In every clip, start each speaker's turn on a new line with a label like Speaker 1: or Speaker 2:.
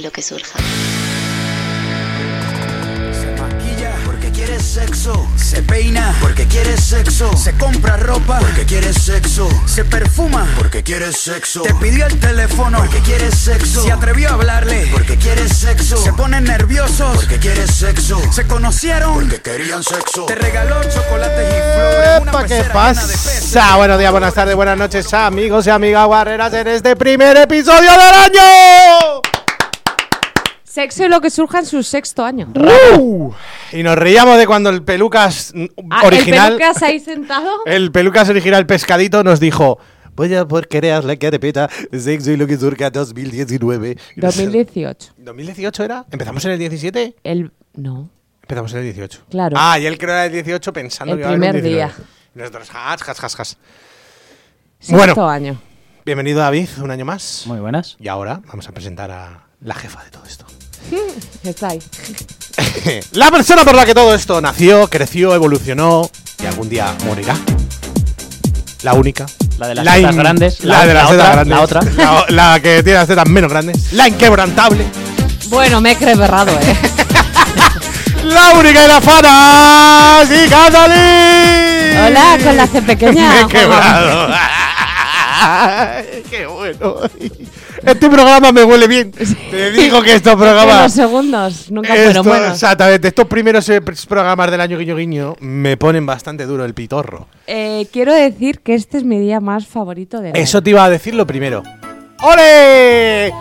Speaker 1: lo que surja.
Speaker 2: Se maquilla porque quiere sexo. Se peina porque quiere sexo. Se compra ropa porque quiere sexo. Se perfuma porque quiere sexo. Te pidió el teléfono porque quiere sexo. Se atrevió a hablarle porque quiere sexo. Se ponen nerviosos porque quiere sexo. Se conocieron porque querían sexo. Te regaló chocolates y flores. una
Speaker 3: ¡Epa, qué
Speaker 2: pecera llena de peces.
Speaker 3: pasa! Buenos días, buenas tardes, buenas noches, amigos y amigas guerreras en este primer episodio del año.
Speaker 4: Sexo y lo que surja en su sexto año.
Speaker 3: ¡Uh! Y nos reíamos de cuando el pelucas mm,
Speaker 4: Ah,
Speaker 3: original, Eh,
Speaker 4: El pelucas ahí sentado.
Speaker 3: el pelucas original pescadito nos dijo, voy a por crearle que repita Sexo y lo que surja 2019.
Speaker 4: 2018.
Speaker 3: 2018 era? ¿Empezamos en el 17?
Speaker 4: El. No.
Speaker 3: Empezamos en el 18.
Speaker 4: Claro.
Speaker 3: Ah, y él creo era el 18 pensando
Speaker 4: El
Speaker 3: que iba a haber un
Speaker 4: primer
Speaker 3: 19.
Speaker 4: día.
Speaker 3: Y Nosotros, jas, jas, jas, jas.
Speaker 4: Sexto
Speaker 3: Bueno.
Speaker 4: año.
Speaker 3: Bienvenido, David, un año más.
Speaker 5: Muy buenas.
Speaker 3: Y ahora vamos a presentar a la jefa de todo esto.
Speaker 4: Está ahí.
Speaker 3: la persona por la que todo esto nació, creció, evolucionó y algún día morirá. La única.
Speaker 5: La de las tetas
Speaker 3: in-
Speaker 5: grandes,
Speaker 3: La,
Speaker 5: la-
Speaker 3: de las
Speaker 5: la
Speaker 3: tetas
Speaker 5: otra,
Speaker 3: grandes.
Speaker 5: la otra.
Speaker 3: La, la que tiene las tetas menos grandes. La inquebrantable.
Speaker 4: Bueno, me he creberrado, ¿eh?
Speaker 3: La única y la fana. ¡Sí, Catalí!
Speaker 4: Hola, con la C pequeña.
Speaker 3: Me he
Speaker 4: Juan.
Speaker 3: quebrado. Ay, ¡Qué bueno! Este programa me huele bien. Te digo que este estos
Speaker 4: Que
Speaker 3: programas.
Speaker 4: Los segundos nunca
Speaker 3: Esto-
Speaker 4: fueron buenos.
Speaker 3: Exactamente, estos primeros eh, pr- programas del año guiño guiño me ponen bastante duro el pitorro.
Speaker 4: Eh, quiero decir que este es mi día más favorito del año.
Speaker 3: Eso te iba a decir lo primero. ¡Ole!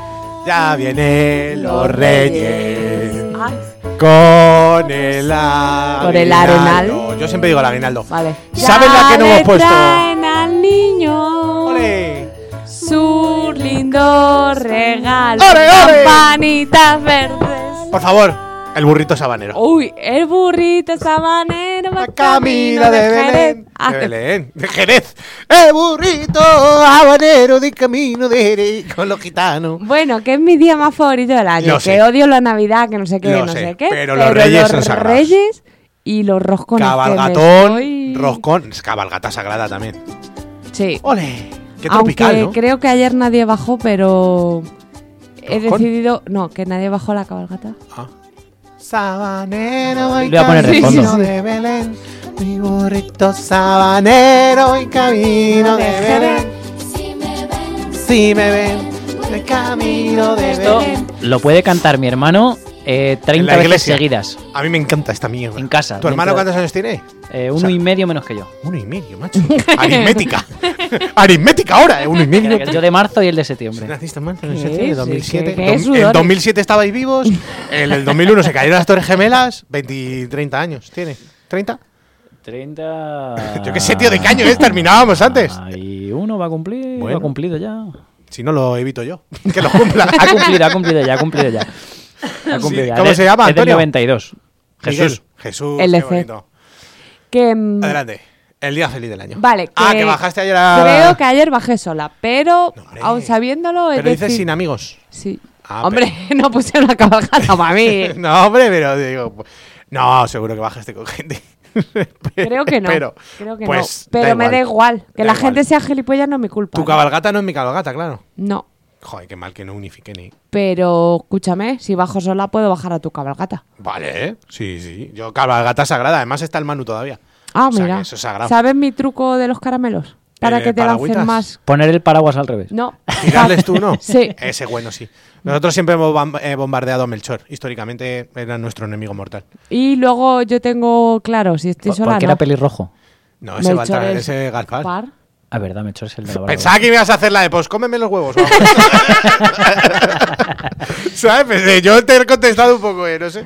Speaker 3: Ya vienen los reyes
Speaker 4: Ay,
Speaker 3: con el aguinaldo.
Speaker 4: Con el arenal.
Speaker 3: Yo siempre digo el aguinaldo.
Speaker 4: vale.
Speaker 3: ¿Sabes
Speaker 4: Ya
Speaker 3: la que no
Speaker 4: le
Speaker 3: hemos puesto?
Speaker 4: Traen al niño.
Speaker 3: ¡Ole!
Speaker 4: Su lindo regalo.
Speaker 3: ¡Ole, ole!
Speaker 4: Campanitas verdes.
Speaker 3: Por favor, el burrito sabanero.
Speaker 4: Uy, el burrito sabanero va
Speaker 3: Va Camino de Belén.
Speaker 4: Ah,
Speaker 3: De Belén. De Jerez. El burrito habanero de camino de Jerez con los gitanos.
Speaker 4: Bueno, que es mi día más favorito del año.
Speaker 3: Lo
Speaker 4: que
Speaker 3: sé.
Speaker 4: odio la Navidad, que no sé qué,
Speaker 3: Lo
Speaker 4: no
Speaker 3: sé,
Speaker 4: sé, qué.
Speaker 3: pero los Reyes son sagrados.
Speaker 4: Reyes y los roscones. que me
Speaker 3: Cabalgatón,
Speaker 4: estoy-
Speaker 3: roscón, es cabalgata sagrada también.
Speaker 4: Sí.
Speaker 3: ¡Ole! Qué
Speaker 4: Aunque
Speaker 3: tropical, ¿no?
Speaker 4: creo que ayer nadie bajó, pero he
Speaker 3: ¿Roscón?
Speaker 4: decidido no, que nadie bajó la cabalgata.
Speaker 3: Ah. Sabanero voy
Speaker 5: Le voy a poner de
Speaker 3: camino
Speaker 5: fondo.
Speaker 3: de Belén. Mi burrito sabanero voy camino de Belén. Si me ven, de camino de
Speaker 4: Esto-
Speaker 3: Belén.
Speaker 5: Lo puede cantar mi hermano eh, 30 veces
Speaker 3: iglesia.
Speaker 5: seguidas.
Speaker 3: A mí me encanta esta mierda.
Speaker 5: En casa,
Speaker 3: ¿Tu hermano
Speaker 5: dentro-
Speaker 3: cuántos años tiene?
Speaker 5: Eh, uno
Speaker 3: O sea,
Speaker 5: y medio menos que yo.
Speaker 3: Uno y medio, macho. Aritmética. Aritmética ahora, ¿eh? Uno y medio.
Speaker 5: Yo de marzo y él de septiembre.
Speaker 3: Naciste en marzo
Speaker 4: ¿Qué
Speaker 3: del 7 de
Speaker 4: es?
Speaker 3: 2007.
Speaker 4: ¿Qué- qué es,
Speaker 3: Dom- en
Speaker 4: sudores?
Speaker 3: 2007 estabais vivos. En el 2001 se cayeron las Torres Gemelas. 20, 30 años tiene. ¿30?
Speaker 5: 30.
Speaker 3: Yo qué sé, tío, de qué año es, terminábamos antes.
Speaker 5: Y uno va a cumplir,
Speaker 3: Bueno.
Speaker 5: ha cumplido ya.
Speaker 3: Si no, lo evito yo. Que lo cumpla.
Speaker 5: Ha cumplido, ha cumplido ya, ha cumplido ya. Ha cumplido
Speaker 3: Sí,
Speaker 5: ya.
Speaker 3: ¿cómo
Speaker 5: Es-
Speaker 3: se llama,
Speaker 5: es del
Speaker 3: Antonio?
Speaker 5: 92.
Speaker 3: Miguel,
Speaker 5: Jesús.
Speaker 3: Jesús.
Speaker 4: LC.
Speaker 3: Qué bonito.
Speaker 4: Que mm,
Speaker 3: Adelante. El día feliz del año.
Speaker 4: vale, que
Speaker 3: ah, que bajaste ayer a.
Speaker 4: Creo que ayer bajé sola, pero
Speaker 3: No, hombre.
Speaker 4: aun sabiéndolo he
Speaker 3: Pero dices
Speaker 4: decid-
Speaker 3: sin amigos.
Speaker 4: Sí.
Speaker 3: Ah,
Speaker 4: Hombre, no pusieron la cabalgata para mí.
Speaker 3: No, hombre, pero digo. pues, No, seguro que bajaste con gente.
Speaker 4: Creo que no.
Speaker 3: Pero,
Speaker 4: creo que
Speaker 3: pues,
Speaker 4: no. Pero me da igual. Que
Speaker 3: Da
Speaker 4: la
Speaker 3: igual.
Speaker 4: gente sea gilipollas no es mi culpa.
Speaker 3: Tu
Speaker 4: ¿no?
Speaker 3: cabalgata no es mi cabalgata, claro.
Speaker 4: No.
Speaker 3: Joder, qué mal que no unifiquen ahí.
Speaker 4: Pero escúchame, si bajo sola puedo bajar a tu cabalgata.
Speaker 3: Vale, ¿eh? Sí, sí. Yo, cabalgata sagrada. Además está el Manu todavía.
Speaker 4: Ah,
Speaker 3: O sea,
Speaker 4: mira.
Speaker 3: que eso es sagrado.
Speaker 4: ¿Sabes mi truco de los caramelos? Para
Speaker 3: Eh,
Speaker 4: que te
Speaker 3: paragüitas.
Speaker 4: lancen más.
Speaker 5: Poner el paraguas al revés.
Speaker 4: No.
Speaker 3: Tirarles tú, ¿no?
Speaker 4: Sí.
Speaker 3: Ese bueno, sí. Nosotros siempre hemos bam- eh, bombardeado a Melchor. Históricamente era nuestro enemigo mortal.
Speaker 4: Y luego yo tengo, claro, si estoy
Speaker 5: Po-
Speaker 4: sola.
Speaker 5: Porque
Speaker 4: no.
Speaker 5: era pelirrojo.
Speaker 3: No, ese
Speaker 4: Melchor
Speaker 3: Baltar,
Speaker 4: es
Speaker 3: ese Gaspar.
Speaker 4: Par.
Speaker 5: Ah, verdad, Melchor es el de la barba.
Speaker 3: Pensaba que ibas a hacer la de, pues cómeme los huevos. vamos". ¿Sabes? Pues, eh, yo te he contestado un poco, eh, no sé.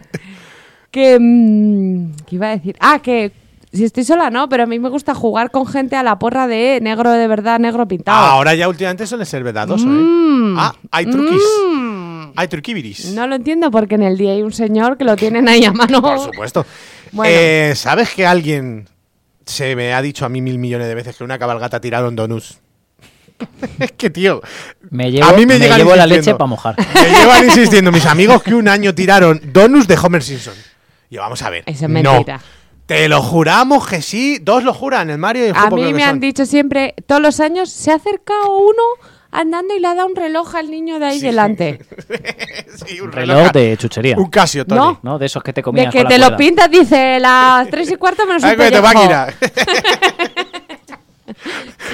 Speaker 4: Que. mm, ¿Qué iba a decir? Ah, que. Si estoy sola, no, pero a mí me gusta jugar con gente a la porra de eh, negro de verdad, negro pintado.
Speaker 3: Ahora ya últimamente suele ser verdadoso, ¿eh?
Speaker 4: Mm.
Speaker 3: Ah, hay truquis.
Speaker 4: Mm.
Speaker 3: Hay truquibiris.
Speaker 4: No lo entiendo porque en el día hay un señor que lo tienen ahí a mano.
Speaker 3: Por supuesto.
Speaker 4: Bueno.
Speaker 3: Eh, ¿Sabes que alguien se me ha dicho a mí mil millones de veces que en una cabalgata tiraron donuts? es que, tío,
Speaker 5: Me llevo,
Speaker 3: A mí me
Speaker 5: me
Speaker 3: llegan
Speaker 5: llevo la
Speaker 3: insistiendo.
Speaker 5: leche para mojar.
Speaker 3: me llevan insistiendo mis amigos que un año tiraron donuts de Homer Simpson. Y vamos a ver.
Speaker 4: Eso es
Speaker 3: no.
Speaker 4: mentira.
Speaker 3: Te lo juramos que sí. Dos lo juran, el Mario y el
Speaker 4: A
Speaker 3: Jupo,
Speaker 4: mí
Speaker 3: creo que
Speaker 4: me han
Speaker 3: son.
Speaker 4: dicho siempre, todos los años se ha acercado uno andando y le ha dado un reloj al niño de ahí delante.
Speaker 3: Sí,
Speaker 5: Un reloj de chuchería.
Speaker 3: Un Casio, Tony.
Speaker 4: No.
Speaker 5: ¿No? De esos que te
Speaker 4: De
Speaker 5: comías
Speaker 4: que
Speaker 5: con la
Speaker 4: te lo
Speaker 5: cuerda.
Speaker 4: pintas, dice las tres y cuarto menos un
Speaker 3: Ay, que te va a
Speaker 4: pellejo.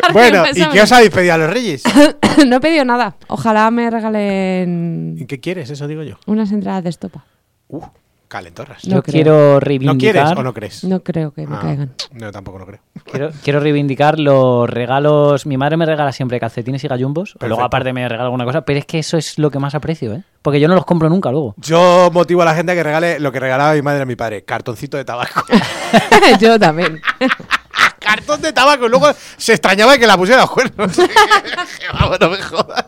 Speaker 3: girar. bueno, ¿y qué os habéis pedido a los Reyes?
Speaker 4: No he pedido nada. Ojalá me regalen
Speaker 3: ¿Y qué quieres? Eso digo yo.
Speaker 4: unas entradas de estopa.
Speaker 3: Uh, calentorras.
Speaker 4: No
Speaker 5: Yo
Speaker 4: creo.
Speaker 5: quiero
Speaker 3: ¿No quieres
Speaker 5: reivindicar.
Speaker 3: o no crees?
Speaker 4: No creo que me
Speaker 3: Ah,
Speaker 4: caigan.
Speaker 3: No, tampoco lo creo.
Speaker 5: Quiero, quiero reivindicar los regalos. Mi madre me regala siempre calcetines y gallumbos. Luego,
Speaker 3: Perfecto.
Speaker 5: aparte, me regala alguna cosa. Pero es que eso es lo que más aprecio, ¿eh? Porque yo no los compro nunca luego.
Speaker 3: Yo motivo a la gente a que regale lo que regalaba mi madre a mi padre, cartoncito de tabaco.
Speaker 4: Yo también.
Speaker 3: Cartón de tabaco, y luego se extrañaba que la pusiera a los cuernos. Vamos, no me jodas.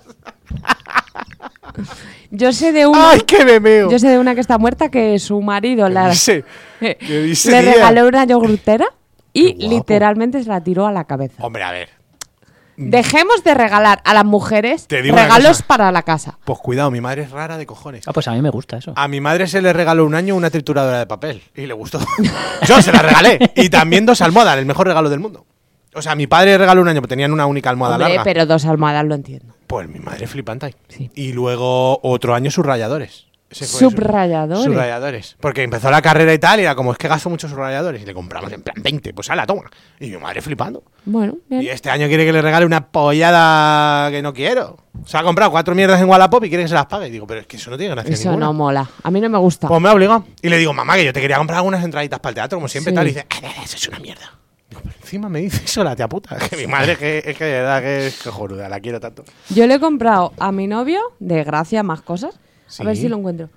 Speaker 4: Yo sé de una,
Speaker 3: ¡Ay, qué me meo!
Speaker 4: yo sé de una que está muerta que su marido la,
Speaker 3: dice? ¿Qué dice,
Speaker 4: le
Speaker 3: tía?
Speaker 4: regaló una yogurtera y
Speaker 3: Qué guapo. Oh,
Speaker 4: literalmente se la tiró a la cabeza.
Speaker 3: Hombre, a ver,
Speaker 4: Dejemos de regalar a las mujeres
Speaker 3: mm. Te digo una
Speaker 4: regalos
Speaker 3: cosa.
Speaker 4: para la casa.
Speaker 3: pues cuidado, mi madre es rara de cojones.
Speaker 5: Ah, pues a mí me gusta eso.
Speaker 3: A mi madre se le regaló un año una trituradora de papel y le gustó. Yo se la regalé. Y también dos almohadas, el mejor regalo del mundo. O sea, mi padre regaló un año, porque tenían una única almohada
Speaker 4: Hombre,
Speaker 3: larga.
Speaker 4: pero dos almohadas lo entiendo.
Speaker 3: Pues mi madre flipante.
Speaker 4: Sí.
Speaker 3: Y luego otro año subrayadores. Ese fue su-
Speaker 4: Subrayadores.
Speaker 3: Subrayadores. Porque empezó la carrera y tal, y era como, es que gasto muchos subrayadores. Y le compramos en plan 20, pues a la toma. Y mi madre flipando.
Speaker 4: Bueno, bien.
Speaker 3: Y este año quiere que le regale una pollada que no quiero. Se ha comprado cuatro mierdas en Wallapop y quiere que se las pague. Y digo, pero es que eso no tiene gracia
Speaker 4: Eso
Speaker 3: ninguna.
Speaker 4: no mola. A mí no me gusta.
Speaker 3: Pues me ha obligado. Y le digo, mamá, que yo te quería comprar algunas entraditas para el teatro, como siempre,
Speaker 4: Sí.
Speaker 3: tal. Y dice, "Ah, eso es una mierda. Digo, pero encima me dice eso la tía puta. Que mi madre es que, es que de verdad que es cojonuda, la quiero tanto.
Speaker 4: Yo le he comprado a mi novio, de gracia, más cosas.
Speaker 3: Sí.
Speaker 4: A ver si lo encuentro.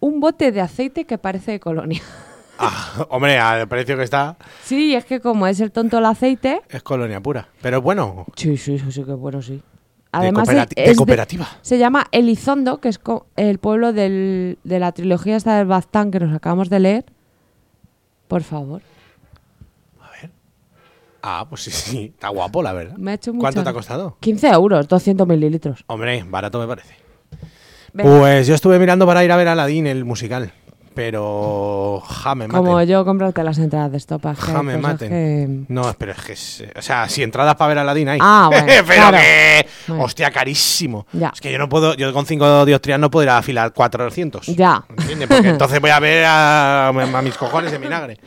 Speaker 4: Un bote de aceite que parece de colonia.
Speaker 3: Ah, hombre, al precio que está,
Speaker 4: Sí, es que como es el tonto el aceite.
Speaker 3: es colonia pura. Pero bueno,
Speaker 4: Sí, sí, sí, sí, que bueno, sí.
Speaker 3: cooperati- de cooperativa.
Speaker 4: se llama Elizondo, que es co- el pueblo del- de la trilogía esta del Baztán que nos acabamos de leer. Por favor.
Speaker 3: ah, pues sí, sí, está guapo, la verdad.
Speaker 4: Me ha hecho mucha
Speaker 3: ¿Cuánto te ha
Speaker 4: gracia.
Speaker 3: costado?
Speaker 4: 15 euros, 200 mililitros.
Speaker 3: Hombre, barato me parece.
Speaker 4: Venga,
Speaker 3: Pues yo estuve mirando para ir a ver a Aladdin, el musical. Pero ja, me maten.
Speaker 4: como yo comprarte las entradas de estopa. que hay
Speaker 3: Ja, me
Speaker 4: cosas
Speaker 3: maten.
Speaker 4: que-
Speaker 3: No, pero es que. es- eh, o sea, si entradas para ver a Aladdin hay.
Speaker 4: Ah, bueno,
Speaker 3: pero
Speaker 4: claro.
Speaker 3: que.
Speaker 4: Bueno.
Speaker 3: Hostia, carísimo.
Speaker 4: Ya.
Speaker 3: Es que yo no puedo. Yo con cinco dioptrías no puedo ir a afilar 400.
Speaker 4: Ya.
Speaker 3: ¿Entiendes? Porque entonces voy a ver a, a mis cojones de vinagre.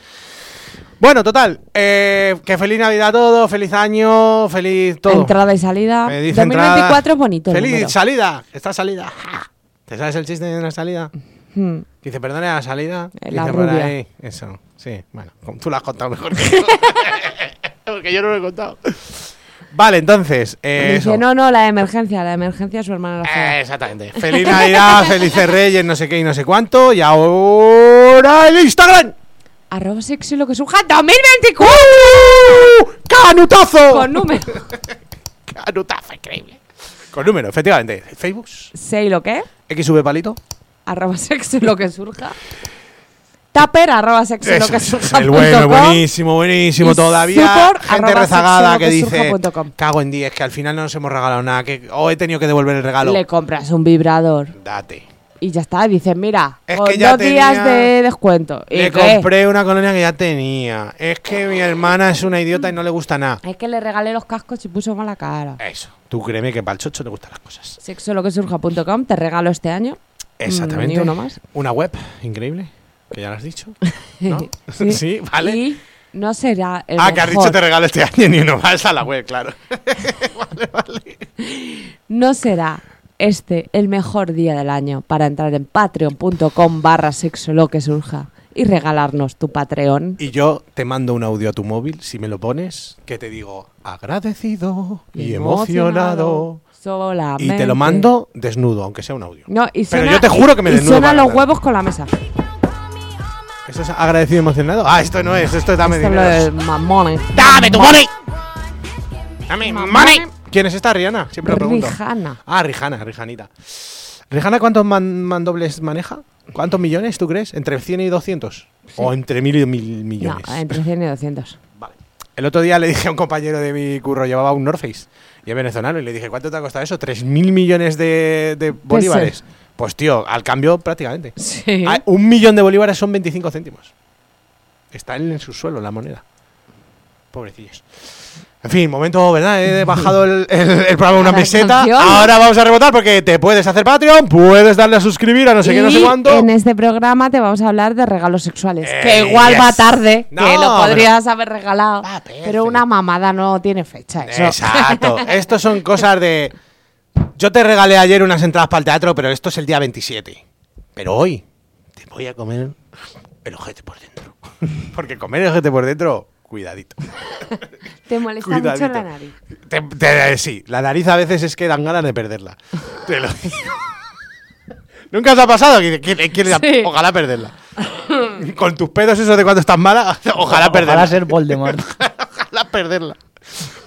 Speaker 3: Bueno, total. eh, que feliz Navidad a todos. Feliz año. Feliz todo.
Speaker 4: Entrada y salida.
Speaker 3: Me dice
Speaker 4: 2024
Speaker 3: entrada.
Speaker 4: es bonito. el
Speaker 3: Feliz
Speaker 4: número.
Speaker 3: salida. Está salida. Ja. ¿Te sabes el chiste de la salida?
Speaker 4: Hmm.
Speaker 3: Dice, perdone la salida.
Speaker 4: Eh, la
Speaker 3: Dice por
Speaker 4: rubia.
Speaker 3: ahí. Eso, sí. Bueno, como tú lo has contado mejor que yo. Porque yo no lo he contado. Vale, entonces. eh,
Speaker 4: Me
Speaker 3: eso.
Speaker 4: Dice, no, no, la de emergencia, la de emergencia su hermana la
Speaker 3: Eh,
Speaker 4: fea.
Speaker 3: exactamente. Feliz Navidad, felices Reyes, no sé qué y no sé cuánto. Y ahora el Instagram.
Speaker 4: Arroba sexy lo que surja 2024
Speaker 3: ¡Uh! ¡Canutazo!
Speaker 4: con número.
Speaker 3: Canutazo, increíble. Con número, efectivamente. Facebook,
Speaker 4: Sei lo que.
Speaker 3: XV Palito.
Speaker 4: Arroba sexy lo que surja. Tupper, arroba sexy lo
Speaker 3: Eso,
Speaker 4: que
Speaker 3: eso,
Speaker 4: surja.
Speaker 3: el
Speaker 4: punto
Speaker 3: bueno,
Speaker 4: com.
Speaker 3: buenísimo, buenísimo.
Speaker 4: Y
Speaker 3: Todavía
Speaker 4: support
Speaker 3: gente
Speaker 4: arroba
Speaker 3: rezagada que
Speaker 4: sexologesurja
Speaker 3: dice,
Speaker 4: punto com.
Speaker 3: cago en 10, que al final no nos hemos regalado nada, que o he tenido que devolver el regalo.
Speaker 4: Le compras un vibrador
Speaker 3: Date.
Speaker 4: y ya está. Dices, mira,
Speaker 3: Es
Speaker 4: con
Speaker 3: que ya
Speaker 4: dos días
Speaker 3: tenía-
Speaker 4: de descuento. ¿Y
Speaker 3: Le
Speaker 4: qué?
Speaker 3: compré una colonia que ya tenía. Es que mi hermana es una idiota y no le gusta nada.
Speaker 4: "Eh, Es que le regalé los cascos y puso mala cara.
Speaker 3: Eso. Tú créeme que para el chocho le gustan las cosas.
Speaker 4: Sexo lo que surja.com, te regalo este año.
Speaker 3: Exactamente.
Speaker 4: ni uno más.
Speaker 3: Una web increíble, que ya lo has dicho. ¿No?
Speaker 4: Sí.
Speaker 3: Sí, vale.
Speaker 4: Y no será el
Speaker 3: Ah, que has
Speaker 4: mejor.
Speaker 3: dicho te regalo este año ni uno más a la web, claro.
Speaker 4: No será este el mejor día del año para entrar en patreon.com barra sexo lo que surja y regalarnos tu Patreon.
Speaker 3: Y yo te mando un audio a tu móvil, si me lo pones, que te digo agradecido y emocionado.
Speaker 4: Solamente.
Speaker 3: Y te lo mando desnudo, aunque sea un audio.
Speaker 4: No, y
Speaker 3: Pero
Speaker 4: suena-
Speaker 3: yo te juro que me
Speaker 4: y
Speaker 3: desnudo
Speaker 4: suena
Speaker 3: para
Speaker 4: los
Speaker 3: entrar.
Speaker 4: huevos con la mesa.
Speaker 3: ¿Eso es agradecido y emocionado? Ah, esto no es, esto es dame
Speaker 4: Esto
Speaker 3: dinero.
Speaker 4: es lo de mamones.
Speaker 3: ¡Dame tu money! ¡Dame
Speaker 4: Mamá.
Speaker 3: money! ¿Quién es esta Rihanna? Siempre lo pregunto.
Speaker 4: Rihanna.
Speaker 3: Ah, Rihanna, Rihanita. ¿Rihanna cuántos man- mandobles maneja? ¿Cuántos millones, tú crees? ¿Entre 100 y 200? ¿O entre 1000 y 1000
Speaker 4: No,
Speaker 3: millones?
Speaker 4: entre 100 y 200.
Speaker 3: Vale. El otro día le dije a un compañero de mi curro, llevaba un North Face, y es venezolano, y le dije, ¿cuánto te ha costado eso? ¿3.000 millones de, de bolívares? Pues tío, al cambio prácticamente.
Speaker 4: eh. Sí.
Speaker 3: Ah, un millón de bolívares son 25 céntimos. Está en el subsuelo la moneda. Pobrecillos. En fin, momento, ¿verdad? He bajado el, el- el programa una
Speaker 4: la
Speaker 3: meseta.
Speaker 4: canción.
Speaker 3: Ahora vamos a rebotar porque te puedes hacer Patreon, puedes darle a suscribir a no sé qué, no sé
Speaker 4: Y
Speaker 3: cuánto.
Speaker 4: En este programa te vamos a hablar de regalos sexuales.
Speaker 3: Eh,
Speaker 4: que igual va
Speaker 3: yes.
Speaker 4: tarde,
Speaker 3: No,
Speaker 4: que
Speaker 3: pero-
Speaker 4: lo podrías haber regalado.
Speaker 3: Ah, perfecto.
Speaker 4: pero una mamada no tiene fecha. Eso.
Speaker 3: Exacto. Estos son cosas de. Yo te regalé ayer unas entradas para el teatro, pero esto es el día 27. Pero hoy te voy a comer el ojete por dentro. Porque comer el ojete por dentro, cuidadito.
Speaker 4: Te molesta
Speaker 3: Cuidadito.
Speaker 4: mucho la nariz.
Speaker 3: Te- te- sí, la nariz a veces es que dan ganas de perderla. Te lo digo. Nunca te ha pasado que que- que-
Speaker 4: Sí.
Speaker 3: ojalá perderla. Con tus pedos esos de cuando estás mala, ojalá perderla.
Speaker 5: Ojalá ser Voldemort.
Speaker 3: Ojalá perderla.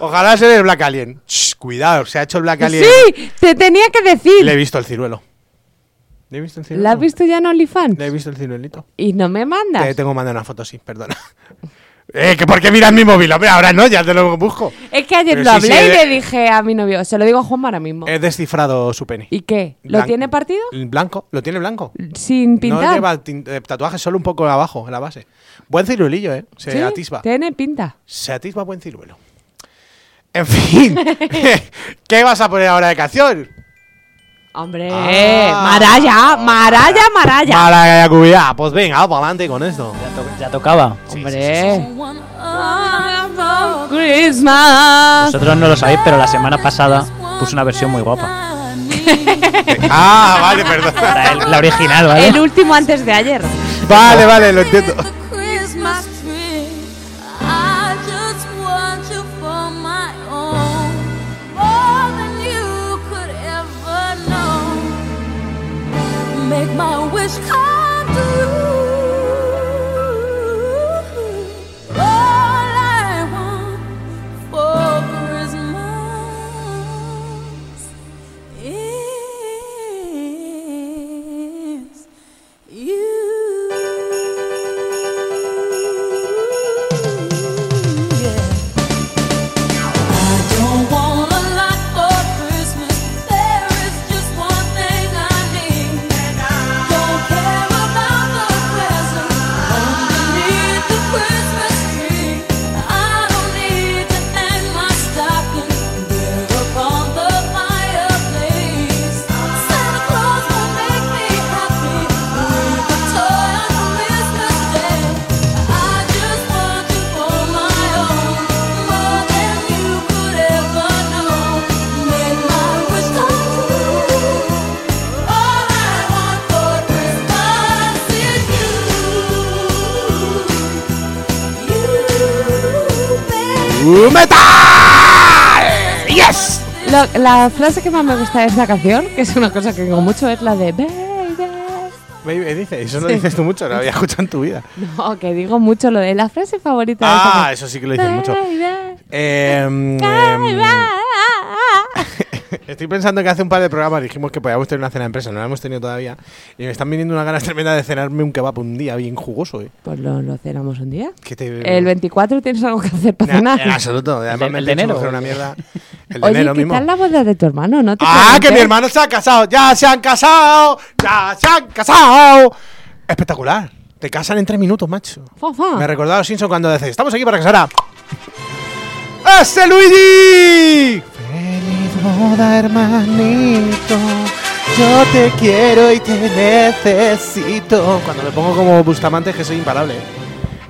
Speaker 3: Ojalá ser el Black Alien. Shh, cuidado, se ha hecho el Black Alien.
Speaker 4: Sí, te tenía que decir.
Speaker 3: Le he visto el ciruelo. ¿Le he visto el ciruelo?
Speaker 4: ¿La has visto ya en OnlyFans?
Speaker 3: Le he visto el ciruelito.
Speaker 4: Y no me mandas.
Speaker 3: Te tengo que mandar una foto, sí, perdona. Eh, que ¿Por qué miras mi móvil? Hombre, ahora no, ya te lo busco.
Speaker 4: Es que ayer
Speaker 3: Pero
Speaker 4: lo
Speaker 3: sí,
Speaker 4: hablé
Speaker 3: sí, eh.
Speaker 4: y le dije a mi novio, se lo digo a Juanma ahora mismo.
Speaker 3: He descifrado su pene.
Speaker 4: ¿Y qué? ¿Lo
Speaker 3: Blanco.
Speaker 4: tiene partido?
Speaker 3: Blanco, lo tiene blanco.
Speaker 4: Sin pintar.
Speaker 3: No lleva tin- eh, tatuajes, solo un poco abajo, en la base. Buen ciruelillo, ¿eh? Se
Speaker 4: Sí,
Speaker 3: atisba.
Speaker 4: Tiene pinta.
Speaker 3: Se atisba buen ciruelo. En fin, ¿qué vas a poner ahora de canción?
Speaker 4: Hombre,
Speaker 3: Ah.
Speaker 4: Maraya, Maraya, Maraya.
Speaker 3: Para cuidado. Pues venga, para adelante con esto.
Speaker 5: Ya, to- ya tocaba.
Speaker 3: Pues,
Speaker 4: Hombre. Christmas.
Speaker 5: Vosotros no lo sabéis, pero la semana pasada puse una versión muy guapa.
Speaker 3: Ah, vale, perdón.
Speaker 5: La, el- la original, ¿vale?
Speaker 4: El último antes de ayer.
Speaker 3: Vale, vale, lo entiendo.
Speaker 6: Make my wish come true. All I want for Christmas is you. Yeah. Don't want a lot for Christmas. There is just one thing I need. Don't care about the presents. Only need the Christmas tree. I don't need to hang my stocking there upon the fireplace. Santa Claus will make me happy with a toy on Christmas Day. I just want you for my own, more than you could ever know. Make my wish come true. All I want for Christmas is you,
Speaker 3: ¡Uh, ¡Metal! ¡Yes!
Speaker 4: Lo- la frase que más me gusta de esta canción, que es una cosa que digo mucho, es la de Baby.
Speaker 3: Baby, dice, eso lo dices tú mucho, no lo había escuchado en tu vida.
Speaker 4: No, que digo mucho lo de la frase favorita de esta
Speaker 3: Ah,
Speaker 4: canción.
Speaker 3: eso sí que lo dices mucho.
Speaker 4: Baby, ah,
Speaker 3: Eh, mm,
Speaker 4: baby.
Speaker 3: em, estoy pensando que hace un par de programas dijimos que podíamos tener una cena de empresa, no la hemos tenido todavía. Y me están viniendo unas ganas tremendas de cenarme un kebab un día bien jugoso, ¿eh?
Speaker 4: Pues lo, lo cenamos un día.
Speaker 3: Que te-
Speaker 4: El 24 tienes algo que hacer para
Speaker 3: Nah,
Speaker 4: cenar.
Speaker 3: En absoluto, además
Speaker 5: El de-
Speaker 3: me
Speaker 5: el de
Speaker 3: he hecho
Speaker 5: enero.
Speaker 3: coger una mierda. El de
Speaker 4: Oye,
Speaker 3: enero
Speaker 4: ¿qué
Speaker 3: mismo.
Speaker 4: tal la boda de tu hermano? ¿No te
Speaker 3: ¡Ah, que
Speaker 4: pregunté?
Speaker 3: mi hermano se ha casado! ¡Ya se han casado! ¡Ya se han casado! Espectacular. Te casan en tres minutos, macho.
Speaker 4: Fa,
Speaker 5: Ah.
Speaker 4: fa.
Speaker 3: Me recordaba a Simpson cuando dice, estamos aquí para casar a... ¡Ese Luigi!
Speaker 7: Feliz boda, hermanito. Yo te quiero y te necesito.
Speaker 3: Cuando me pongo como Bustamante es que soy imparable. ¿eh?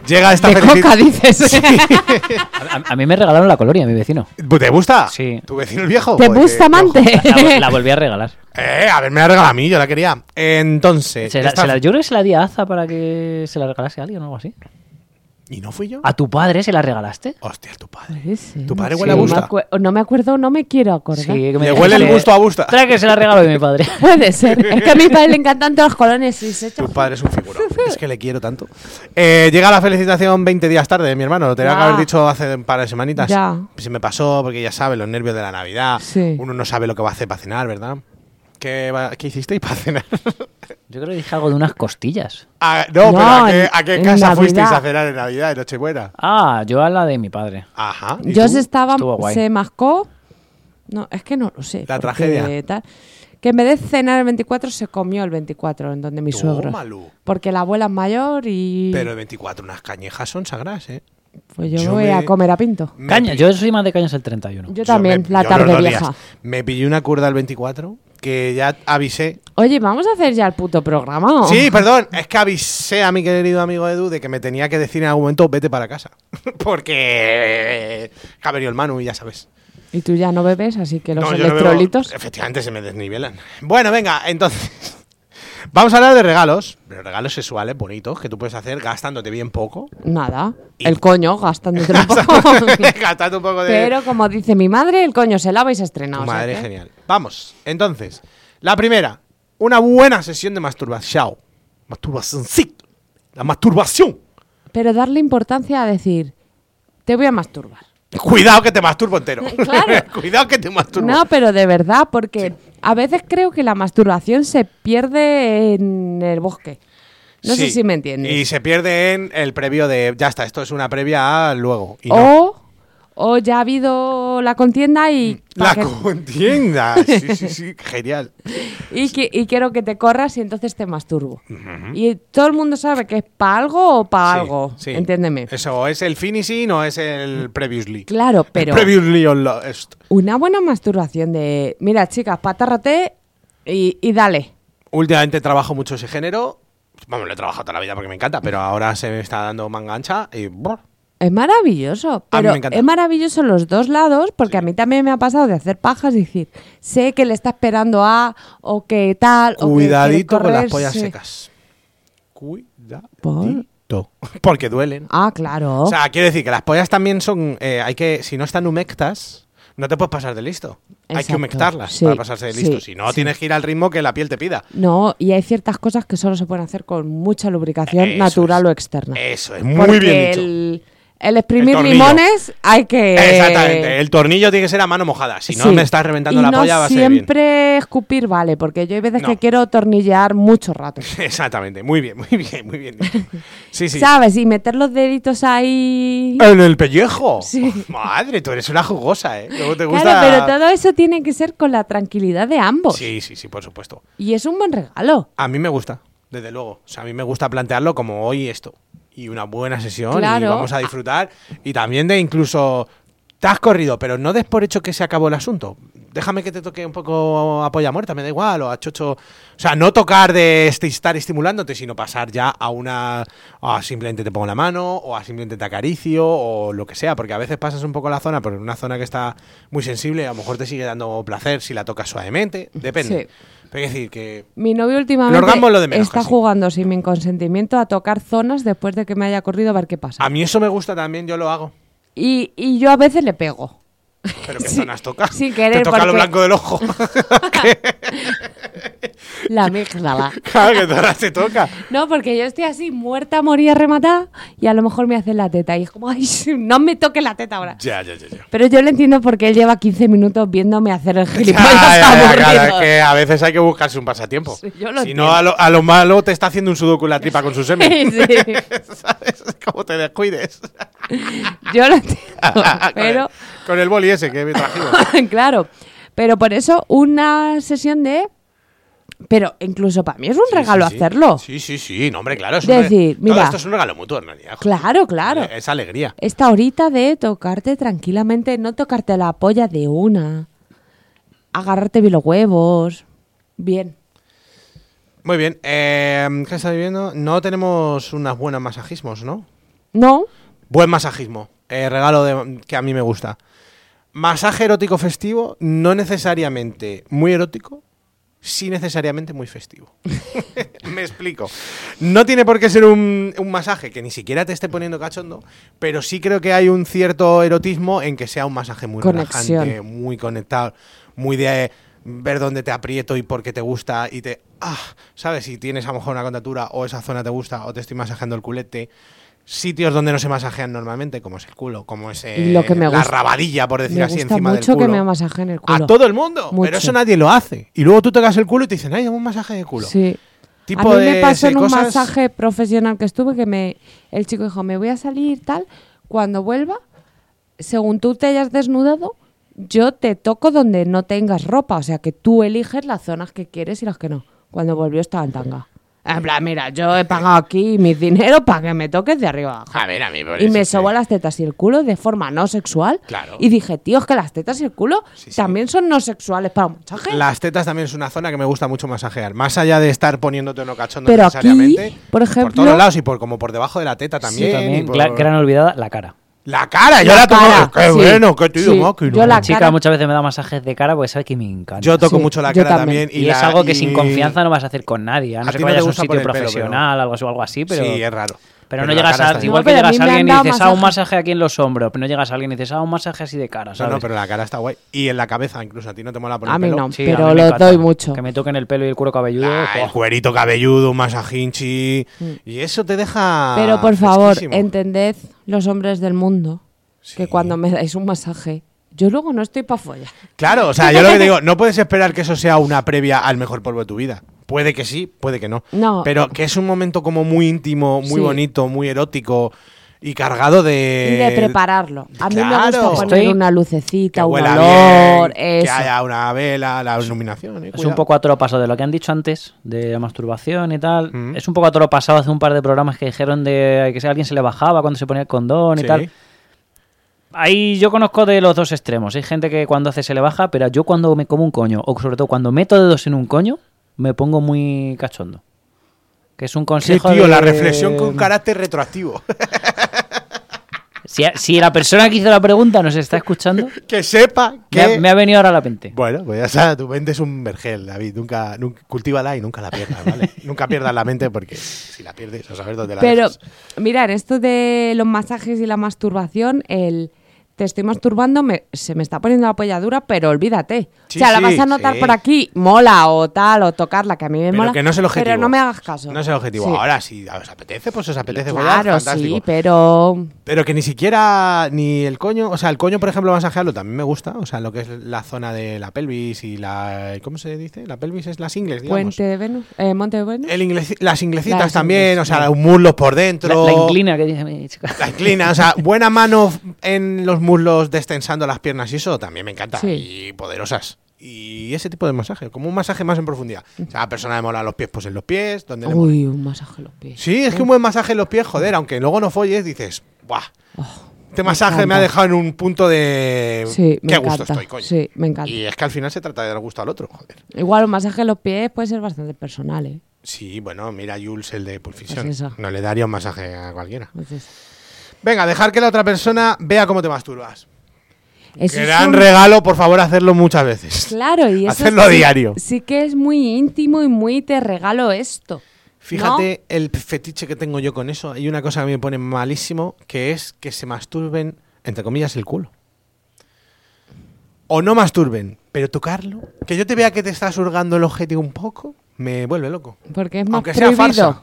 Speaker 3: Llega esta
Speaker 4: De coca,
Speaker 3: felicidad.
Speaker 4: dices.
Speaker 5: A, a- a mí me regalaron la colonia, mi vecino.
Speaker 3: ¿Te gusta?
Speaker 5: Sí.
Speaker 3: ¿Tu vecino el viejo?
Speaker 4: ¿Te
Speaker 3: Joder,
Speaker 4: gusta,
Speaker 3: qué-
Speaker 4: amante?
Speaker 5: La, vol- la volví a regalar.
Speaker 3: Eh, a ver, me la regala a mí, yo la quería. Entonces...
Speaker 5: Se la-
Speaker 3: Eh, esta-
Speaker 5: se la- yo creo que se la di a Aza para que se la regalase a alguien o algo así.
Speaker 3: ¿Y no fui yo?
Speaker 5: ¿A tu padre se la regalaste?
Speaker 3: Hostia, tu padre.
Speaker 4: Puede ser,
Speaker 3: ¿Tu
Speaker 4: no
Speaker 3: padre
Speaker 4: sé.
Speaker 3: huele a
Speaker 4: No me
Speaker 3: Busta?
Speaker 4: acue- No me acuerdo, no me quiero acordar.
Speaker 5: que
Speaker 3: Le huele el
Speaker 5: dijiste,
Speaker 3: gusto a Busta.
Speaker 5: Trae que se la regalo de mi padre.
Speaker 4: Puede ser. Es que a mi padre le encantan todos los colones y se echa.
Speaker 3: Tu padre es un figurón. es que le quiero tanto. Eh, llega la felicitación 20 días tarde, mi hermano. Lo tenía que
Speaker 4: Ya.
Speaker 3: haber dicho hace un par de semanitas.
Speaker 4: Ya.
Speaker 3: Se me pasó porque ya sabe los nervios de la Navidad.
Speaker 4: Sí.
Speaker 3: Uno no sabe lo que va a hacer para cenar, ¿verdad? ¿Qué, va- qué hicisteis para cenar?
Speaker 5: Yo creo que dije algo de unas costillas.
Speaker 3: Ah, no,
Speaker 4: No,
Speaker 3: pero ¿a qué,
Speaker 4: en-
Speaker 3: a qué
Speaker 4: en
Speaker 3: casa
Speaker 4: Navidad.
Speaker 3: fuisteis a cenar en Navidad, en Nochebuena?
Speaker 5: Ah, yo a la de mi padre.
Speaker 3: Ajá. ¿y
Speaker 4: Yo
Speaker 3: tú?
Speaker 4: se estaba,
Speaker 5: Estuvo guay.
Speaker 4: se mascó. No, es que no lo sé.
Speaker 3: La
Speaker 4: porque
Speaker 3: tragedia.
Speaker 4: tal. que en vez de cenar el 24, se comió el 24 en donde mi suegro.
Speaker 3: Tómalo.
Speaker 4: Porque la abuela es mayor y.
Speaker 3: Pero el 24, unas cañejas son sagradas, ¿eh?
Speaker 4: Pues yo,
Speaker 3: Yo
Speaker 4: voy
Speaker 3: me-
Speaker 4: a comer a pinto.
Speaker 3: Me
Speaker 5: Caña,
Speaker 3: pi-
Speaker 5: yo soy más de cañas el 31.
Speaker 4: Yo
Speaker 3: yo
Speaker 4: también,
Speaker 3: me-
Speaker 4: la
Speaker 3: yo los
Speaker 4: tarde
Speaker 3: dos
Speaker 4: vieja.
Speaker 3: días. Me pillé una curda el 24 que ya avisé.
Speaker 4: Oye, vamos a hacer ya el puto programa. ¿o?
Speaker 3: Sí, perdón, es que avisé a mi querido amigo Edu de que me tenía que decir en algún momento vete para casa. Porque que ha venido el Manu y ya sabes.
Speaker 4: Y tú ya no bebes, así que los
Speaker 3: No, yo no bebo. Eh,
Speaker 4: electrolitos.
Speaker 3: efectivamente se me desnivelan. Bueno, venga, entonces. Vamos a hablar de regalos, pero regalos sexuales bonitos que tú puedes hacer gastándote bien poco.
Speaker 4: Nada.
Speaker 3: Y-
Speaker 4: El coño, gastándote un poco.
Speaker 3: Gastando un poco de.
Speaker 4: Pero como dice mi madre, el coño se lava y se
Speaker 3: Tu
Speaker 4: estrena. o sea
Speaker 3: madre,
Speaker 4: que-
Speaker 3: genial. Vamos, entonces. La primera, una buena sesión de masturbación. Masturbación, sí. La masturbación.
Speaker 4: Pero darle importancia a decir, te voy a masturbar.
Speaker 3: Cuidado que te masturbo entero.
Speaker 4: Claro.
Speaker 3: Cuidado que te masturbo.
Speaker 4: No, pero de verdad, porque a veces creo que la masturbación se pierde en el bosque. No sé
Speaker 3: Sí.
Speaker 4: si me entiendes.
Speaker 3: Y se pierde en el previo de. Ya está, esto es una previa a luego. Y no.
Speaker 4: o, o ya ha habido la contienda y,
Speaker 3: La
Speaker 4: pa' que-
Speaker 3: contienda. Sí, sí, sí. Genial.
Speaker 4: y, qui- y quiero que te corras y entonces te masturbo. Y todo el mundo sabe que es para algo o para
Speaker 3: Sí,
Speaker 4: algo.
Speaker 3: sí.
Speaker 4: Entiéndeme.
Speaker 3: Eso, ¿es el finishing o es el previously?
Speaker 4: Claro, pero
Speaker 3: Previously on Lost.
Speaker 4: una buena masturbación de, mira chicas, patárrate y, y dale.
Speaker 3: Últimamente trabajo mucho ese género. Vamos, lo he trabajado toda la vida porque me encanta, pero ahora se me está dando manga ancha y. buah,
Speaker 4: Es maravilloso,
Speaker 3: A mí
Speaker 4: pero
Speaker 3: me encanta.
Speaker 4: es maravilloso los dos lados porque a mí también me ha pasado de hacer pajas y decir, sé que le está esperando a o que tal. o que quiere
Speaker 3: Cuidadito con las
Speaker 4: correrse.
Speaker 3: pollas secas. Cuidadito.
Speaker 4: ¿Por?
Speaker 3: Porque duelen.
Speaker 4: Ah, claro.
Speaker 3: O sea, quiero decir que las pollas también son. eh, hay que. Si no están humectas, no te puedes pasar de listo. Hay que
Speaker 4: Exacto.
Speaker 3: humectarlas
Speaker 4: Sí,
Speaker 3: para pasarse de
Speaker 4: sí,
Speaker 3: listo. si no,
Speaker 4: sí.
Speaker 3: tienes que ir al ritmo que la piel te pida.
Speaker 4: no, y hay ciertas cosas que solo se pueden hacer con mucha lubricación
Speaker 3: Eso
Speaker 4: natural
Speaker 3: es.
Speaker 4: o externa.
Speaker 3: Eso es, muy
Speaker 4: Porque
Speaker 3: bien dicho.
Speaker 4: El, el exprimir
Speaker 3: tornillo.
Speaker 4: limones hay que...
Speaker 3: Exactamente, el tornillo tiene que ser a mano mojada. Si no
Speaker 4: Sí.
Speaker 3: me estás reventando
Speaker 4: Y
Speaker 3: la
Speaker 4: no
Speaker 3: polla, va a ser bien.
Speaker 4: siempre escupir vale, porque yo hay veces
Speaker 3: No.
Speaker 4: que quiero tornillar mucho rato.
Speaker 3: Exactamente, muy bien, muy bien, muy bien. dicho. Sí, sí.
Speaker 4: ¿Sabes? Y meter los deditos ahí...
Speaker 3: En el pellejo.
Speaker 4: Sí.
Speaker 3: Madre, tú eres una jugosa, ¿eh? Luego te gusta.
Speaker 4: Claro, pero todo eso tiene que ser con la tranquilidad de ambos.
Speaker 3: Sí, sí, sí, por supuesto.
Speaker 4: Y es un buen regalo.
Speaker 3: A mí me gusta, desde luego. O sea, a mí me gusta plantearlo como hoy esto. Y una buena sesión y
Speaker 4: Claro.
Speaker 3: vamos a disfrutar. Y también de incluso... Te has corrido, pero no des por hecho que se acabó el asunto. Déjame que te toque un poco a polla muerta, me da igual, o a chocho... O sea, no tocar de este- estar estimulándote, sino pasar ya a una... A simplemente te pongo la mano, o a simplemente te acaricio, o lo que sea. Porque a veces pasas un poco la zona, pero en una zona que está muy sensible, a lo mejor te sigue dando placer si la tocas suavemente. Depende. Pero es decir que...
Speaker 4: Mi novio últimamente
Speaker 3: El orgasmo es lo de menos,
Speaker 4: está
Speaker 3: casi.
Speaker 4: jugando sin mi consentimiento a tocar zonas después de que me haya corrido a ver qué pasa.
Speaker 3: A mí eso me gusta también, yo lo hago.
Speaker 4: Y, y yo a veces le pego.
Speaker 3: Pero que
Speaker 4: Sí,
Speaker 3: zonas toca.
Speaker 4: sin querer,
Speaker 3: Te toca lo
Speaker 4: porque-
Speaker 3: blanco del ojo.
Speaker 4: La amígdala.
Speaker 3: claro que todas te toca.
Speaker 4: No, porque yo estoy así muerta, moría, rematada y a lo mejor me hace la teta. Y es como, ay, no me toque la teta ahora.
Speaker 3: Ya, ya, ya. ya.
Speaker 4: Pero yo lo entiendo porque él lleva 15 minutos viéndome hacer el gilipollas.
Speaker 3: Ya, ya, ya, claro,
Speaker 4: aburrido.
Speaker 3: es que a veces hay que buscarse un pasatiempo.
Speaker 4: Sí, yo lo
Speaker 3: si
Speaker 4: entiendo.
Speaker 3: no, a lo, a lo malo te está haciendo un sudoku en la tripa con su semen.
Speaker 4: Sí.
Speaker 3: ¿Sabes? Como te descuides.
Speaker 4: Yo lo entiendo.
Speaker 3: Con
Speaker 4: pero.
Speaker 3: el- Con el boli ese que me trajimos.
Speaker 4: claro. Pero por eso una sesión de... Pero incluso para mí es un
Speaker 3: Sí,
Speaker 4: regalo
Speaker 3: sí, sí.
Speaker 4: hacerlo.
Speaker 3: Sí, sí, sí. No, hombre, claro. Es un,
Speaker 4: Decir,
Speaker 3: re-
Speaker 4: mira.
Speaker 3: Todo esto es un regalo mutuo, en realidad. joder.
Speaker 4: Claro, claro.
Speaker 3: Es alegría.
Speaker 4: Esta horita de tocarte tranquilamente, no tocarte la polla de una. Agarrarte bien los huevos. Bien.
Speaker 3: Muy bien. eh, ¿Qué estás viviendo? No tenemos unas buenas masajismos, ¿no?
Speaker 4: ¿No?
Speaker 3: Buen masajismo. eh, regalo de- que a mí me gusta. Masaje erótico festivo, no necesariamente muy erótico, sí necesariamente muy festivo. me explico. No tiene por qué ser un, un masaje que ni siquiera te esté poniendo cachondo, pero sí creo que hay un cierto erotismo en que sea un masaje muy
Speaker 4: Conexión.
Speaker 3: relajante, muy conectado, muy de ver dónde te aprieto y por qué te gusta y te... Ah, ¿Sabes? Si tienes a lo mejor una contatura o esa zona te gusta o te estoy masajeando el culete. Sitios donde no se masajean normalmente, como es el culo, como es eh,
Speaker 4: Y lo que me
Speaker 3: la
Speaker 4: gusta-
Speaker 3: rabadilla, por decir
Speaker 4: Me
Speaker 3: así,
Speaker 4: gusta
Speaker 3: encima
Speaker 4: mucho
Speaker 3: del culo.
Speaker 4: que me masajen el culo.
Speaker 3: A todo el mundo,
Speaker 4: Mucho.
Speaker 3: pero eso nadie lo hace. Y luego tú tocas el culo y te dicen, ay, dame un masaje de culo.
Speaker 4: Sí.
Speaker 3: Tipo
Speaker 4: a mí
Speaker 3: de
Speaker 4: me pasó
Speaker 3: sí,
Speaker 4: en un
Speaker 3: cosas-
Speaker 4: masaje profesional que estuve que me el chico dijo, me voy a salir tal, cuando vuelva, según tú te hayas desnudado, yo te toco donde no tengas ropa, o sea que tú eliges las zonas que quieres y las que no. Cuando volvió estaba en tanga. En plan, mira, yo he pagado aquí mis dinero para que me toques de arriba abajo.
Speaker 3: A ver, a mí, por
Speaker 4: Y
Speaker 3: eso
Speaker 4: me
Speaker 3: que-
Speaker 4: sobó las tetas y el culo de forma no sexual.
Speaker 3: Claro.
Speaker 4: Y dije, tío, es que las tetas y el culo
Speaker 3: sí.
Speaker 4: también son no sexuales para un masaje.
Speaker 3: Las tetas también es una zona que me gusta mucho masajear. Más allá de estar poniéndote uno cachondo
Speaker 4: Pero aquí,
Speaker 3: necesariamente.
Speaker 4: por ejemplo-
Speaker 3: todos lados y por como por debajo de la teta también.
Speaker 5: Sí,
Speaker 3: y
Speaker 5: también,
Speaker 3: por-
Speaker 5: gla- gran olvidada, la cara.
Speaker 3: La cara, yo
Speaker 4: La
Speaker 3: la toco.
Speaker 4: cara,
Speaker 3: Qué
Speaker 4: sí.
Speaker 3: bueno, qué tío
Speaker 4: Sí,
Speaker 3: máquina.
Speaker 4: yo la-
Speaker 5: chica
Speaker 4: cara-
Speaker 5: muchas veces me da masajes de cara porque sabe que me encanta.
Speaker 3: Yo toco
Speaker 4: Sí,
Speaker 3: mucho la
Speaker 4: yo
Speaker 3: cara
Speaker 4: también.
Speaker 3: también.
Speaker 5: y, es
Speaker 3: la-
Speaker 5: algo que
Speaker 3: y-
Speaker 5: sin confianza no vas a hacer con nadie. A no
Speaker 3: A
Speaker 5: ser
Speaker 3: ti
Speaker 5: que
Speaker 3: no te
Speaker 5: vayas a un
Speaker 3: gusta por
Speaker 5: sitio
Speaker 3: el pelo,
Speaker 5: profesional algo así- o algo así, pero.
Speaker 3: Sí, es raro.
Speaker 5: Pero
Speaker 3: la
Speaker 5: no llegas
Speaker 3: cara
Speaker 5: a.
Speaker 3: está bien.
Speaker 5: Igual
Speaker 4: No,
Speaker 5: que
Speaker 4: pero a
Speaker 5: llegas
Speaker 4: mí
Speaker 5: a
Speaker 4: me
Speaker 5: alguien y
Speaker 4: han dado
Speaker 5: dices, ah, un
Speaker 4: masajes".
Speaker 5: masaje aquí en los hombros. Pero no llegas a alguien y dices, ah, un masaje así de cara,
Speaker 3: No,
Speaker 5: ¿sabes?
Speaker 3: no, pero la cara está guay. Y en la cabeza, incluso a ti no te mola poner
Speaker 4: A mí
Speaker 3: pelo.
Speaker 4: no.
Speaker 5: Sí,
Speaker 4: Pero
Speaker 5: a mí me
Speaker 4: lo
Speaker 5: encanta.
Speaker 4: doy mucho.
Speaker 5: Que me toquen el pelo y el cuero cabelludo.
Speaker 3: Ah, el
Speaker 5: ¡buah!
Speaker 3: cuerito cabelludo, un masajinchi. Y eso te deja.
Speaker 4: Pero por favor,
Speaker 3: fresquísimo.
Speaker 4: entended los hombres del mundo que
Speaker 3: Sí.
Speaker 4: cuando me dais un masaje, yo luego no estoy para follar.
Speaker 3: Claro, o sea, yo lo que te digo, no puedes esperar que eso sea una previa al mejor polvo de tu vida. Puede que sí, puede que no.
Speaker 4: No.
Speaker 3: Pero que es un momento como muy íntimo, muy
Speaker 4: Sí.
Speaker 3: bonito, muy erótico y cargado de.
Speaker 4: y de prepararlo. A mí me gusta
Speaker 3: Eh, claro.
Speaker 4: poner
Speaker 5: Estoy-
Speaker 4: una
Speaker 3: Que
Speaker 4: lucecita, un
Speaker 3: huela
Speaker 4: olor,
Speaker 3: bien, que
Speaker 4: eso.
Speaker 3: haya una vela, la iluminación. eh,
Speaker 5: Es un
Speaker 3: cuidado.
Speaker 5: poco a toro pasado de lo que han dicho antes, de la masturbación y tal.
Speaker 3: Mm.
Speaker 5: Es un poco a toro pasado hace un par de programas que dijeron de que si a alguien se le bajaba cuando se ponía el condón y
Speaker 3: Sí.
Speaker 5: tal. Ahí yo conozco de los dos extremos. Hay gente que cuando hace se le baja, pero yo cuando me como un coño, o sobre todo cuando meto dedos en un coño, me pongo muy cachondo. Que es un
Speaker 3: Sí,
Speaker 5: consejo.
Speaker 3: tío,
Speaker 5: de-
Speaker 3: la reflexión con carácter retroactivo.
Speaker 5: Si, si la persona que hizo la pregunta nos está escuchando,
Speaker 3: que sepa
Speaker 5: me
Speaker 3: que.
Speaker 5: ha, me ha venido ahora a la mente.
Speaker 3: Bueno, pues ya está, tu mente es un vergel, David. Nunca, nunca, cultívala y nunca la pierdas, ¿vale? nunca pierdas la mente porque si la pierdes, a saber dónde la
Speaker 4: Pero,
Speaker 3: dejas.
Speaker 4: mirad, esto de los masajes y la masturbación, el te estoy masturbando, me- se me está poniendo la polla dura, pero olvídate.
Speaker 3: Sí,
Speaker 4: o sea, la
Speaker 3: sí,
Speaker 4: vas a notar
Speaker 3: sí.
Speaker 4: por aquí, mola o tal, o tocarla, que a mí me
Speaker 3: Pero
Speaker 4: mola.
Speaker 3: que no es el objetivo.
Speaker 4: Pero no me hagas caso.
Speaker 3: No es el objetivo.
Speaker 4: Sí.
Speaker 3: Ahora, si os apetece, pues os apetece follar,
Speaker 4: Claro,
Speaker 3: fantástico.
Speaker 4: sí, pero...
Speaker 3: Pero que ni siquiera ni el coño, o sea, el coño, por ejemplo, masajearlo también me gusta, o sea, lo que es la zona de la pelvis y la ¿cómo se dice? La pelvis es las ingles, digamos.
Speaker 4: Puente de Venus, eh, Monte de Venus.
Speaker 3: El inglesi- las inglesitas
Speaker 4: Las
Speaker 3: también,
Speaker 4: ingles,
Speaker 3: o sea,
Speaker 4: sí.
Speaker 3: los muslos por
Speaker 5: La,
Speaker 3: dentro.
Speaker 5: la inclina que dice mi chica.
Speaker 3: La inclina, o sea, buena mano en los muslos destensando las piernas y eso también me encanta.
Speaker 4: Sí.
Speaker 3: Y poderosas. Y ese tipo de masaje, como un masaje más en profundidad. O sea, a la persona le mola los pies, pues en los pies. Donde le mola.
Speaker 4: Uy, un masaje en los pies.
Speaker 3: Sí, es que un buen masaje en los pies, joder, aunque luego no folles, dices, ¡buah! Este masaje me,
Speaker 4: Oh, encanta.
Speaker 3: ha dejado en un punto de.
Speaker 4: Sí, me
Speaker 3: ¡Qué
Speaker 4: encanta.
Speaker 3: gusto estoy, coño!
Speaker 4: Sí, me encanta.
Speaker 3: Y es que al final se trata de dar gusto al otro, joder.
Speaker 4: Igual un masaje en los pies puede ser bastante personal, ¿eh?
Speaker 3: Sí, bueno, mira a Jules, el de Pulfisión.
Speaker 4: Pues eso.
Speaker 3: no le daría un masaje a cualquiera.
Speaker 4: Entonces,
Speaker 3: Venga, dejar que la otra persona vea cómo te masturbas.
Speaker 4: eso es
Speaker 3: Gran
Speaker 4: un-
Speaker 3: regalo, por favor, hacerlo muchas veces.
Speaker 4: Claro, y eso
Speaker 3: Hacerlo
Speaker 4: sí-
Speaker 3: a diario.
Speaker 4: Sí que es muy íntimo y muy te regalo esto.
Speaker 3: Fíjate el fetiche que tengo yo con eso. Hay una cosa que me pone malísimo, que es que se masturben, entre comillas, el culo. O no masturben, pero tocarlo. Que yo te vea que te estás hurgando el ojete un poco, me vuelve loco.
Speaker 4: ¿no? Porque es más
Speaker 3: Aunque sea
Speaker 4: prohibido.
Speaker 3: farsa.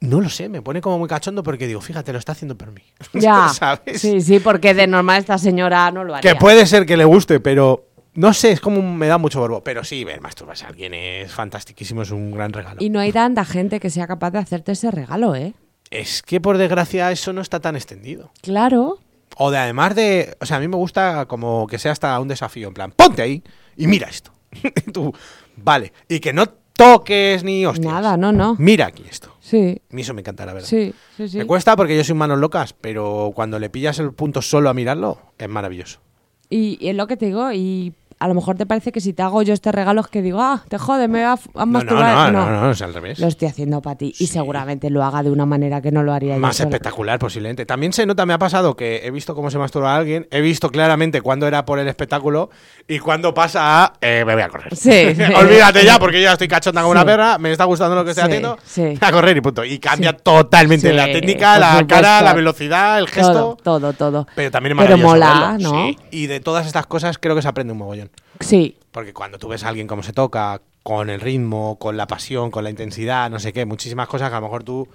Speaker 3: No lo sé, me pone como muy cachondo porque digo, fíjate, lo está haciendo por mí.
Speaker 4: Ya.
Speaker 3: ¿Sabes?
Speaker 4: Sí, sí, porque de normal esta señora no lo haría.
Speaker 3: Que puede ser que le guste, pero no sé, es como un- me da mucho borbo. Pero sí, ver masturbarse a alguien es fantastiquísimo, es un gran regalo.
Speaker 4: Y no hay tanta gente que sea capaz de hacerte ese regalo, ¿eh?
Speaker 3: Es que por desgracia eso no está tan extendido.
Speaker 4: Claro.
Speaker 3: O de además de. O sea, a mí me gusta como que sea hasta un desafío. En plan, ponte ahí y mira esto. Y Tú, vale. Y que no toques ni hostias.
Speaker 4: Nada, no, no.
Speaker 3: Mira aquí esto.
Speaker 4: Sí,
Speaker 3: A mí eso me encanta, la verdad.
Speaker 4: sí, sí, sí.
Speaker 3: Me cuesta porque yo soy manos locas, pero cuando le pillas el punto solo a mirarlo, es maravilloso.
Speaker 4: Y, y es lo que te digo, y a lo mejor te parece que si te hago yo este regalo es que digo, ah, te jode, me va a f-
Speaker 3: No,
Speaker 4: a
Speaker 3: no,
Speaker 4: masturbar.
Speaker 3: no, no, no, es al revés.
Speaker 4: Lo estoy haciendo para ti y seguramente lo haga de una manera que no lo haría yo
Speaker 3: Más
Speaker 4: sola.
Speaker 3: espectacular, posiblemente. También se nota, me ha pasado que he visto cómo se masturba alguien, he visto claramente cuándo era por el espectáculo y cuándo pasa a. eh, me voy a correr.
Speaker 4: Sí.
Speaker 3: Olvídate ya, porque yo ya estoy cachonda como
Speaker 4: Sí.
Speaker 3: una perra, me está gustando lo que estoy
Speaker 4: Sí,
Speaker 3: haciendo.
Speaker 4: sí.
Speaker 3: A correr y punto. Y cambia totalmente
Speaker 4: Sí,
Speaker 3: la técnica,
Speaker 4: por
Speaker 3: la
Speaker 4: supuesto.
Speaker 3: cara, la velocidad, el gesto.
Speaker 4: Todo, todo, todo.
Speaker 3: Pero también es maravilloso.
Speaker 4: mola,
Speaker 3: verlo,
Speaker 4: ¿no?
Speaker 3: sí. Y de todas estas cosas creo que se aprende un mogollón.
Speaker 4: Sí.
Speaker 3: Porque cuando tú ves a alguien cómo se toca, con el ritmo, con la pasión, con la intensidad, no sé qué, muchísimas cosas que a lo mejor tú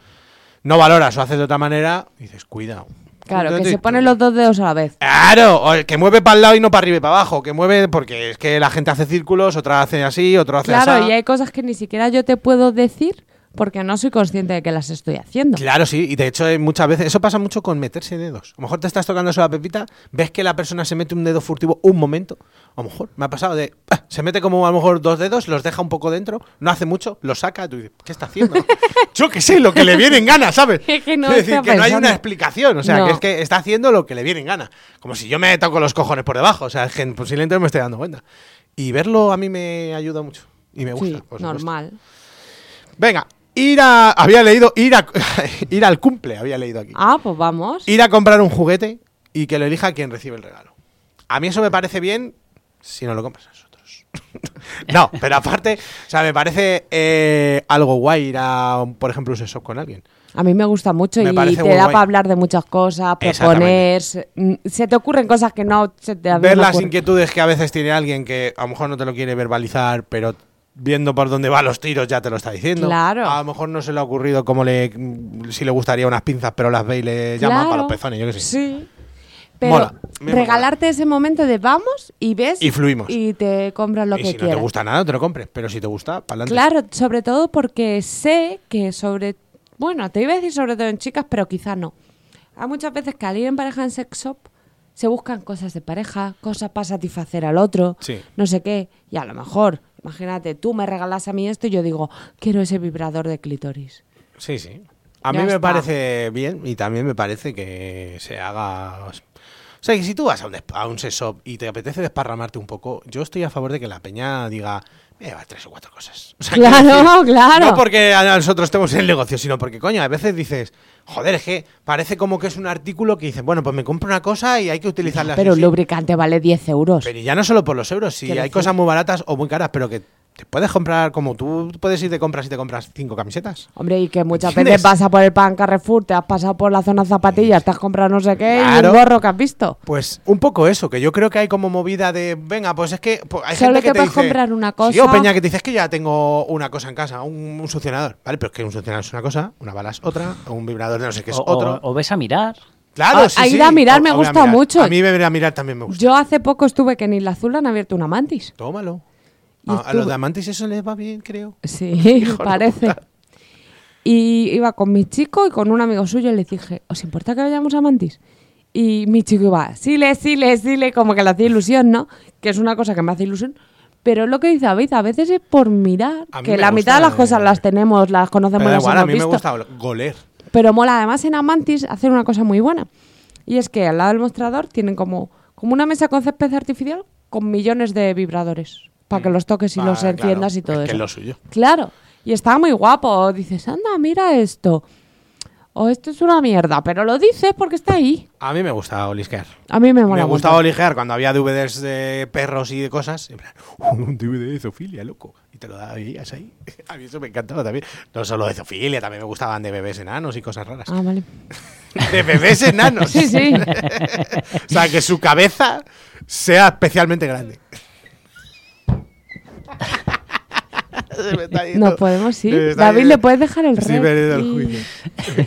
Speaker 3: no valoras o haces de otra manera, dices, cuidado.
Speaker 4: Claro, que
Speaker 3: Entonces,
Speaker 4: se ponen los dos dedos a la vez.
Speaker 3: Claro, o el que mueve para el lado y no para arriba y para abajo, que mueve porque es que la gente hace círculos, otra hace así, otro hace
Speaker 4: Claro,
Speaker 3: así.
Speaker 4: y hay cosas que ni siquiera yo te puedo decir porque no soy consciente de que las estoy haciendo.
Speaker 3: Claro, sí, y de hecho eh, muchas veces, eso pasa mucho con meterse dedos. A lo mejor te estás tocando solo la pepita, ves que la persona se mete un dedo furtivo un momento, a lo mejor me ha pasado de, ah, se mete como a lo mejor dos dedos, los deja un poco dentro, no hace mucho, los saca, tú dices, ¿qué está haciendo? Yo qué sé, lo que le viene en gana, ¿sabes?
Speaker 4: Es que no
Speaker 3: Quiero decir,
Speaker 4: está
Speaker 3: que no hay
Speaker 4: pensando.
Speaker 3: una explicación, o sea,
Speaker 4: No.
Speaker 3: que es que está haciendo lo que le viene en gana. Como si yo me toco los cojones por debajo, o sea, es que posiblemente no me estoy dando cuenta. Y verlo a mí me ayuda mucho. Y me gusta.
Speaker 4: Sí,
Speaker 3: por supuesto.
Speaker 4: normal.
Speaker 3: Venga, ir a. Había leído. Ir, a, ir al cumple, había leído aquí.
Speaker 4: Ah, pues vamos.
Speaker 3: Ir a comprar un juguete y que lo elija quien recibe el regalo. A mí eso me parece bien si no lo compras a nosotros. no, pero aparte, o sea, me parece eh, algo guay ir a, por ejemplo, un sexo con alguien.
Speaker 4: A mí me gusta mucho
Speaker 3: Me
Speaker 4: y
Speaker 3: parece
Speaker 4: te
Speaker 3: muy
Speaker 4: da
Speaker 3: guay.
Speaker 4: para hablar de muchas cosas,
Speaker 3: Exactamente.
Speaker 4: proponer. Se, mm, se te ocurren cosas que no se te habían
Speaker 3: ver las
Speaker 4: ocurrido.
Speaker 3: inquietudes que a veces tiene alguien que a lo mejor no te lo quiere verbalizar, pero viendo por dónde van los tiros ya te lo está diciendo.
Speaker 4: Claro.
Speaker 3: A lo mejor no se le ha ocurrido como le, si le gustaría unas pinzas, pero las ve y le llama
Speaker 4: Claro.
Speaker 3: para los pezones, yo qué sé.
Speaker 4: Sí. Pero
Speaker 3: Mola, me
Speaker 4: regalarte ese momento de vamos y ves.
Speaker 3: Y fluimos.
Speaker 4: Y te compras lo
Speaker 3: y
Speaker 4: que
Speaker 3: si no
Speaker 4: quieras.
Speaker 3: te gusta nada, te lo compres. Pero si te gusta, para adelante.
Speaker 4: Claro, sobre todo porque sé que sobre... Bueno, te iba a decir sobre todo en chicas, pero quizá no. Hay muchas veces que al ir en pareja en sex shop se buscan cosas de pareja, cosas para satisfacer al otro,
Speaker 3: Sí.
Speaker 4: no sé qué. Y a lo mejor, imagínate, tú me regalas a mí esto y yo digo, quiero ese vibrador de clítoris.
Speaker 3: Sí, sí. A
Speaker 4: Ya
Speaker 3: mí me
Speaker 4: está.
Speaker 3: parece bien y también me parece que se haga. O sea, que si tú vas a un, desp- a un sex shop y te apetece desparramarte un poco, yo estoy a favor de que la peña diga, me lleva tres o cuatro cosas. O sea, quiero
Speaker 4: Claro, claro.
Speaker 3: No porque a nosotros estemos en el negocio, sino porque, coño, a veces dices, joder, es que parece como que es un artículo que dices, bueno, pues me compro una cosa y hay que utilizarla así,
Speaker 4: Pero un
Speaker 3: sí".
Speaker 4: lubricante vale 10 euros.
Speaker 3: Pues, Pero ya no solo por los euros, si hay
Speaker 4: Quiero decir-
Speaker 3: cosas muy baratas o muy caras, pero que te puedes comprar como tú puedes ir de compras y te compras cinco camisetas.
Speaker 4: Hombre, y que muchas
Speaker 3: ¿Entiendes?
Speaker 4: veces vas a por el pan Carrefour, te has pasado por la zona zapatillas, te has comprado no sé qué y
Speaker 3: Claro.
Speaker 4: un gorro que has visto.
Speaker 3: Pues un poco eso, que yo creo que hay como movida de, venga, pues es que pues hay
Speaker 4: Solo
Speaker 3: gente que
Speaker 4: te
Speaker 3: te
Speaker 4: puedes
Speaker 3: dice,
Speaker 4: comprar una
Speaker 3: Sí, o
Speaker 4: cosa.
Speaker 3: Peña que te dice, es que ya tengo una cosa en casa, un, un succionador, ¿vale? Pero es que un succionador es una cosa, una bala es otra, o un vibrador de no sé qué es
Speaker 5: O,
Speaker 3: otro.
Speaker 5: o- o ves a mirar.
Speaker 3: claro,
Speaker 4: a-
Speaker 3: sí,
Speaker 4: a
Speaker 3: sí.
Speaker 4: ir a Ah, mirar
Speaker 3: O-
Speaker 4: me
Speaker 3: o ir a
Speaker 4: gusta
Speaker 3: mirar.
Speaker 4: mucho.
Speaker 3: A mí ver a mirar también me gusta.
Speaker 4: Yo hace poco estuve que en Isla Azul han abierto una mantis.
Speaker 3: Tómalo.
Speaker 4: Y
Speaker 3: A, a los
Speaker 4: estuve-
Speaker 3: diamantes eso les va bien, creo.
Speaker 4: Sí,
Speaker 3: Hijo de
Speaker 4: parece.
Speaker 3: puta.
Speaker 4: Y iba con mi chico y con un amigo suyo y les dije, ¿os importa que vayamos a Mantis? Y mi chico iba, sí, le, sí, le, sí, le, como que le hacía ilusión, ¿no? Que es una cosa que me hace ilusión. Pero lo que dice David, a veces es por mirar,
Speaker 3: A mí
Speaker 4: que
Speaker 3: me
Speaker 4: la
Speaker 3: gusta,
Speaker 4: mitad de las
Speaker 3: eh,
Speaker 4: cosas las tenemos, las
Speaker 3: Pero
Speaker 4: conocemos,
Speaker 3: da
Speaker 4: las
Speaker 3: igual, a
Speaker 4: hemos
Speaker 3: mí
Speaker 4: visto.
Speaker 3: me gusta goler.
Speaker 4: Pero mola además en Amantis hacer una cosa muy buena. Y es que al lado del mostrador tienen como, como una mesa con césped artificial con millones de vibradores para que los toques y
Speaker 3: Ah,
Speaker 4: los
Speaker 3: claro,
Speaker 4: enciendas y todo
Speaker 3: es que
Speaker 4: eso.
Speaker 3: es lo suyo.
Speaker 4: Claro. Y está muy guapo. Dices, anda, mira esto. O esto es una mierda. Pero lo dices porque está ahí.
Speaker 3: A mí me gusta olisquear.
Speaker 4: A mí me
Speaker 3: Me
Speaker 4: mola.
Speaker 3: gustaba
Speaker 4: mucho.
Speaker 3: oligear cuando había DVDs de perros y de cosas. En plan, un DVD de zoofilia, loco. Y te lo dabas ahí. A mí eso me encantaba también. No solo de zoofilia, también me gustaban de bebés enanos y cosas raras.
Speaker 4: Ah, vale.
Speaker 3: De bebés enanos.
Speaker 4: Sí, sí.
Speaker 3: O sea, que su cabeza sea especialmente grande. Se me está yendo.
Speaker 4: Nos podemos
Speaker 3: Se me
Speaker 4: ir.
Speaker 3: está
Speaker 4: David,
Speaker 3: yendo.
Speaker 4: le puedes dejar el
Speaker 3: Sí,
Speaker 4: red
Speaker 3: me he ido
Speaker 4: y-
Speaker 3: el juicio.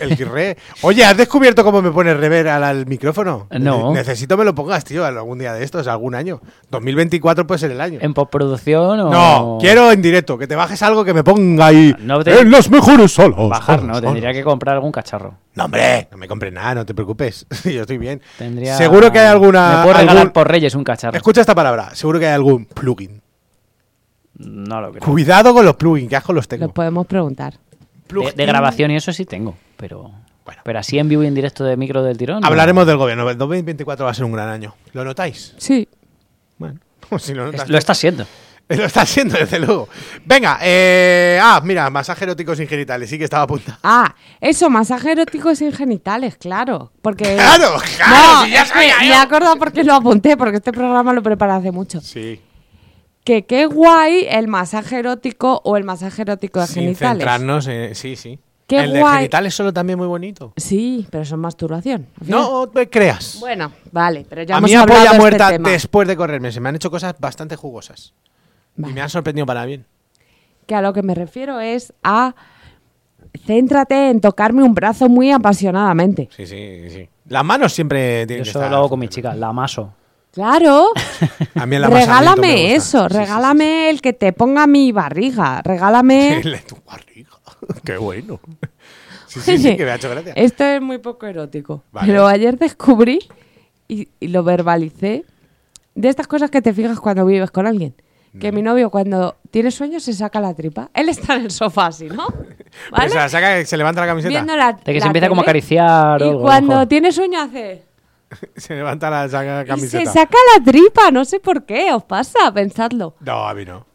Speaker 3: El guirre. Oye, ¿has descubierto cómo me pone rever al, al micrófono?
Speaker 5: No.
Speaker 3: Ne- necesito me lo pongas, tío, algún día de estos, algún año. 2024 puede ser el año.
Speaker 5: ¿En postproducción o.?
Speaker 3: No, quiero en directo, que te bajes algo que me ponga ahí.
Speaker 5: No te-
Speaker 3: En los mejores solos.
Speaker 5: Bajar, no.
Speaker 3: solos,
Speaker 5: Tendría que comprar algún cacharro.
Speaker 3: No, hombre, no me compres nada, no te preocupes. Yo estoy bien.
Speaker 5: Tendría...
Speaker 3: Seguro que hay alguna.
Speaker 5: Me puedo regalar
Speaker 3: algún-
Speaker 5: por Reyes un cacharro.
Speaker 3: Escucha esta palabra. Seguro que hay algún plugin.
Speaker 5: No lo creo.
Speaker 3: Cuidado con los plugins, que asco los
Speaker 4: Lo
Speaker 3: tengo.
Speaker 4: podemos preguntar.
Speaker 5: De, de grabación y eso sí tengo, pero.
Speaker 3: Bueno.
Speaker 5: Pero así en vivo y en directo de micro del tirón. no.
Speaker 3: Hablaremos del gobierno. El 2024 va a ser un gran año. ¿Lo notáis?
Speaker 4: Sí.
Speaker 3: Bueno, si lo notas.
Speaker 5: Es- Lo está haciendo.
Speaker 3: Lo está haciendo, desde luego. Venga, eh, ah, mira, masaje erótico sin genitales, sí que estaba apuntado.
Speaker 4: Ah, eso, masaje erótico sin genitales, claro. Porque.
Speaker 3: ¡Claro, claro!
Speaker 4: No,
Speaker 3: si ya
Speaker 4: es que
Speaker 3: sabía
Speaker 4: me
Speaker 3: yo.
Speaker 4: acuerdo porque lo apunté, porque este programa lo prepara hace mucho.
Speaker 3: Sí,
Speaker 4: Que qué guay el masaje erótico o el masaje erótico de
Speaker 3: sin
Speaker 4: genitales.
Speaker 3: centrarnos, eh, sí, sí.
Speaker 4: Qué
Speaker 3: el de
Speaker 4: guay.
Speaker 3: genitales solo también muy bonito.
Speaker 4: Sí, pero son masturbación. al final.
Speaker 3: No te creas.
Speaker 4: Bueno, vale, pero ya
Speaker 3: a
Speaker 4: hemos
Speaker 3: mí
Speaker 4: hablado
Speaker 3: apoya
Speaker 4: de
Speaker 3: muerta
Speaker 4: este tema.
Speaker 3: después de correrme. Se me han hecho cosas bastante jugosas.
Speaker 4: Vale.
Speaker 3: Y me han sorprendido para bien.
Speaker 4: Que a lo que me refiero es a céntrate en tocarme un brazo muy apasionadamente.
Speaker 3: Sí, sí, sí. Las manos siempre
Speaker 5: Yo
Speaker 3: tienen que
Speaker 5: eso
Speaker 3: estar
Speaker 5: lo hago con mis
Speaker 3: fuertes.
Speaker 5: chicas, la amaso.
Speaker 4: Claro.
Speaker 3: A mí el amasamiento me gusta.
Speaker 4: regálame eso,
Speaker 3: Sí, sí, sí,
Speaker 4: regálame el que te ponga mi barriga, regálame
Speaker 3: sí. Tu barriga. Qué bueno. Sí, sí, sí, que me ha hecho gracia.
Speaker 4: Esto es muy poco erótico.
Speaker 3: Vale.
Speaker 4: Pero ayer descubrí y, y lo verbalicé de estas cosas que te fijas cuando vives con alguien. Que mi novio cuando tiene sueño se saca la tripa. Él está en el sofá así, ¿no?
Speaker 3: Pues se la saca y se levanta la camiseta.
Speaker 4: Viendo la,
Speaker 5: De que se
Speaker 4: la
Speaker 5: empieza como a
Speaker 4: tele,
Speaker 5: acariciar o
Speaker 4: Y
Speaker 5: algo,
Speaker 4: cuando
Speaker 5: mejor.
Speaker 4: tiene sueño hace...
Speaker 3: Se levanta la, saca la
Speaker 4: Y se
Speaker 3: camiseta.
Speaker 4: saca la tripa, no sé por qué, os pasa, pensadlo.
Speaker 3: No, a mí no.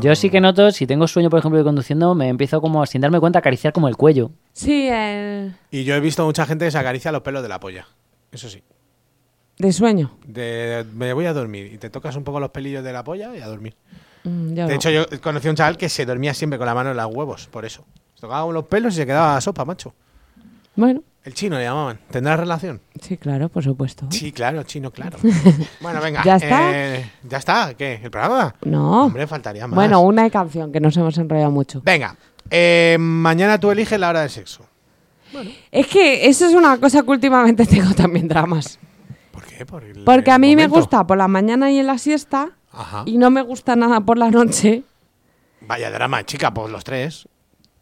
Speaker 5: Yo sí que noto, si tengo sueño, por ejemplo, de conduciendo, me empiezo como, sin darme cuenta, a acariciar como el cuello.
Speaker 4: Sí, eh, el...
Speaker 3: Y yo he visto mucha gente que se acaricia los pelos de la polla. Eso sí.
Speaker 4: De sueño.
Speaker 3: De- me voy a dormir y te tocas un poco los pelillos de la polla y a dormir.
Speaker 4: Mm, yo
Speaker 3: De
Speaker 4: no.
Speaker 3: hecho, yo conocí a un chaval que se dormía siempre con la mano en los huevos, por eso. Se tocaba los pelos y se quedaba a sopa, macho.
Speaker 4: Bueno,
Speaker 3: El chino le llamaban. ¿Tendrás relación?
Speaker 4: sí, claro, por supuesto.
Speaker 3: Sí, claro, chino, claro. bueno, venga.
Speaker 4: ¿Ya está?
Speaker 3: eh, ¿Ya está? ¿Qué? ¿El programa?
Speaker 4: No.
Speaker 3: Hombre, faltaría más.
Speaker 4: Bueno, una de canción, que nos hemos enrollado mucho.
Speaker 3: Venga. eh, mañana tú eliges la hora del sexo.
Speaker 4: Es que eso es una cosa que últimamente tengo también dramas.
Speaker 3: ¿Por qué? Por el-
Speaker 4: Porque a
Speaker 3: el
Speaker 4: mí me
Speaker 3: momento.
Speaker 4: gusta por la mañana y en la siesta,
Speaker 3: Ajá.
Speaker 4: y no me gusta nada por la noche.
Speaker 3: Vaya drama, chica, por los tres.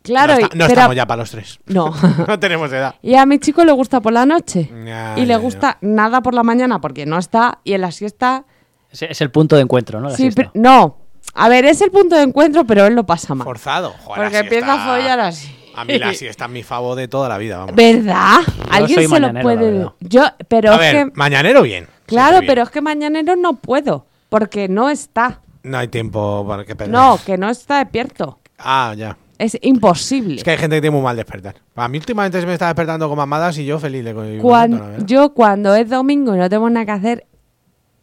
Speaker 4: Claro,
Speaker 3: no
Speaker 4: y-
Speaker 3: está- no
Speaker 4: pero-
Speaker 3: estamos ya para los tres.
Speaker 4: No.
Speaker 3: no tenemos edad.
Speaker 4: Y a mi chico le gusta por la noche.
Speaker 3: Ya,
Speaker 4: y le
Speaker 3: ya,
Speaker 4: gusta nada por la mañana porque no está, y en la siesta.
Speaker 5: Es, es el punto de encuentro, ¿no? La
Speaker 4: sí,
Speaker 5: siesta.
Speaker 4: pero- no. A ver, es el punto de encuentro, pero él lo pasa mal.
Speaker 3: Forzado. Joder,
Speaker 4: Porque
Speaker 3: la siesta-
Speaker 4: empieza a follar así.
Speaker 3: A mí la siesta es mi favor de toda la vida, vamos.
Speaker 4: ¿Verdad? Alguien
Speaker 5: soy
Speaker 4: se lo
Speaker 5: mañanero, la
Speaker 4: puede.
Speaker 5: verdad.
Speaker 4: Yo, pero
Speaker 3: a
Speaker 4: es
Speaker 3: ver,
Speaker 4: que.
Speaker 3: mañanero bien.
Speaker 4: Claro,
Speaker 3: siempre bien.
Speaker 4: pero es que mañanero no puedo. Porque no está.
Speaker 3: No hay tiempo para que perder.
Speaker 4: No, que no está despierto.
Speaker 3: Ah, ya.
Speaker 4: Es imposible.
Speaker 3: Es que hay gente que tiene muy mal despertar. A mí últimamente se me está despertando con mamadas y yo feliz de con
Speaker 4: Cuan-
Speaker 3: contento, la verdad.
Speaker 4: yo cuando es domingo y no tengo nada que hacer,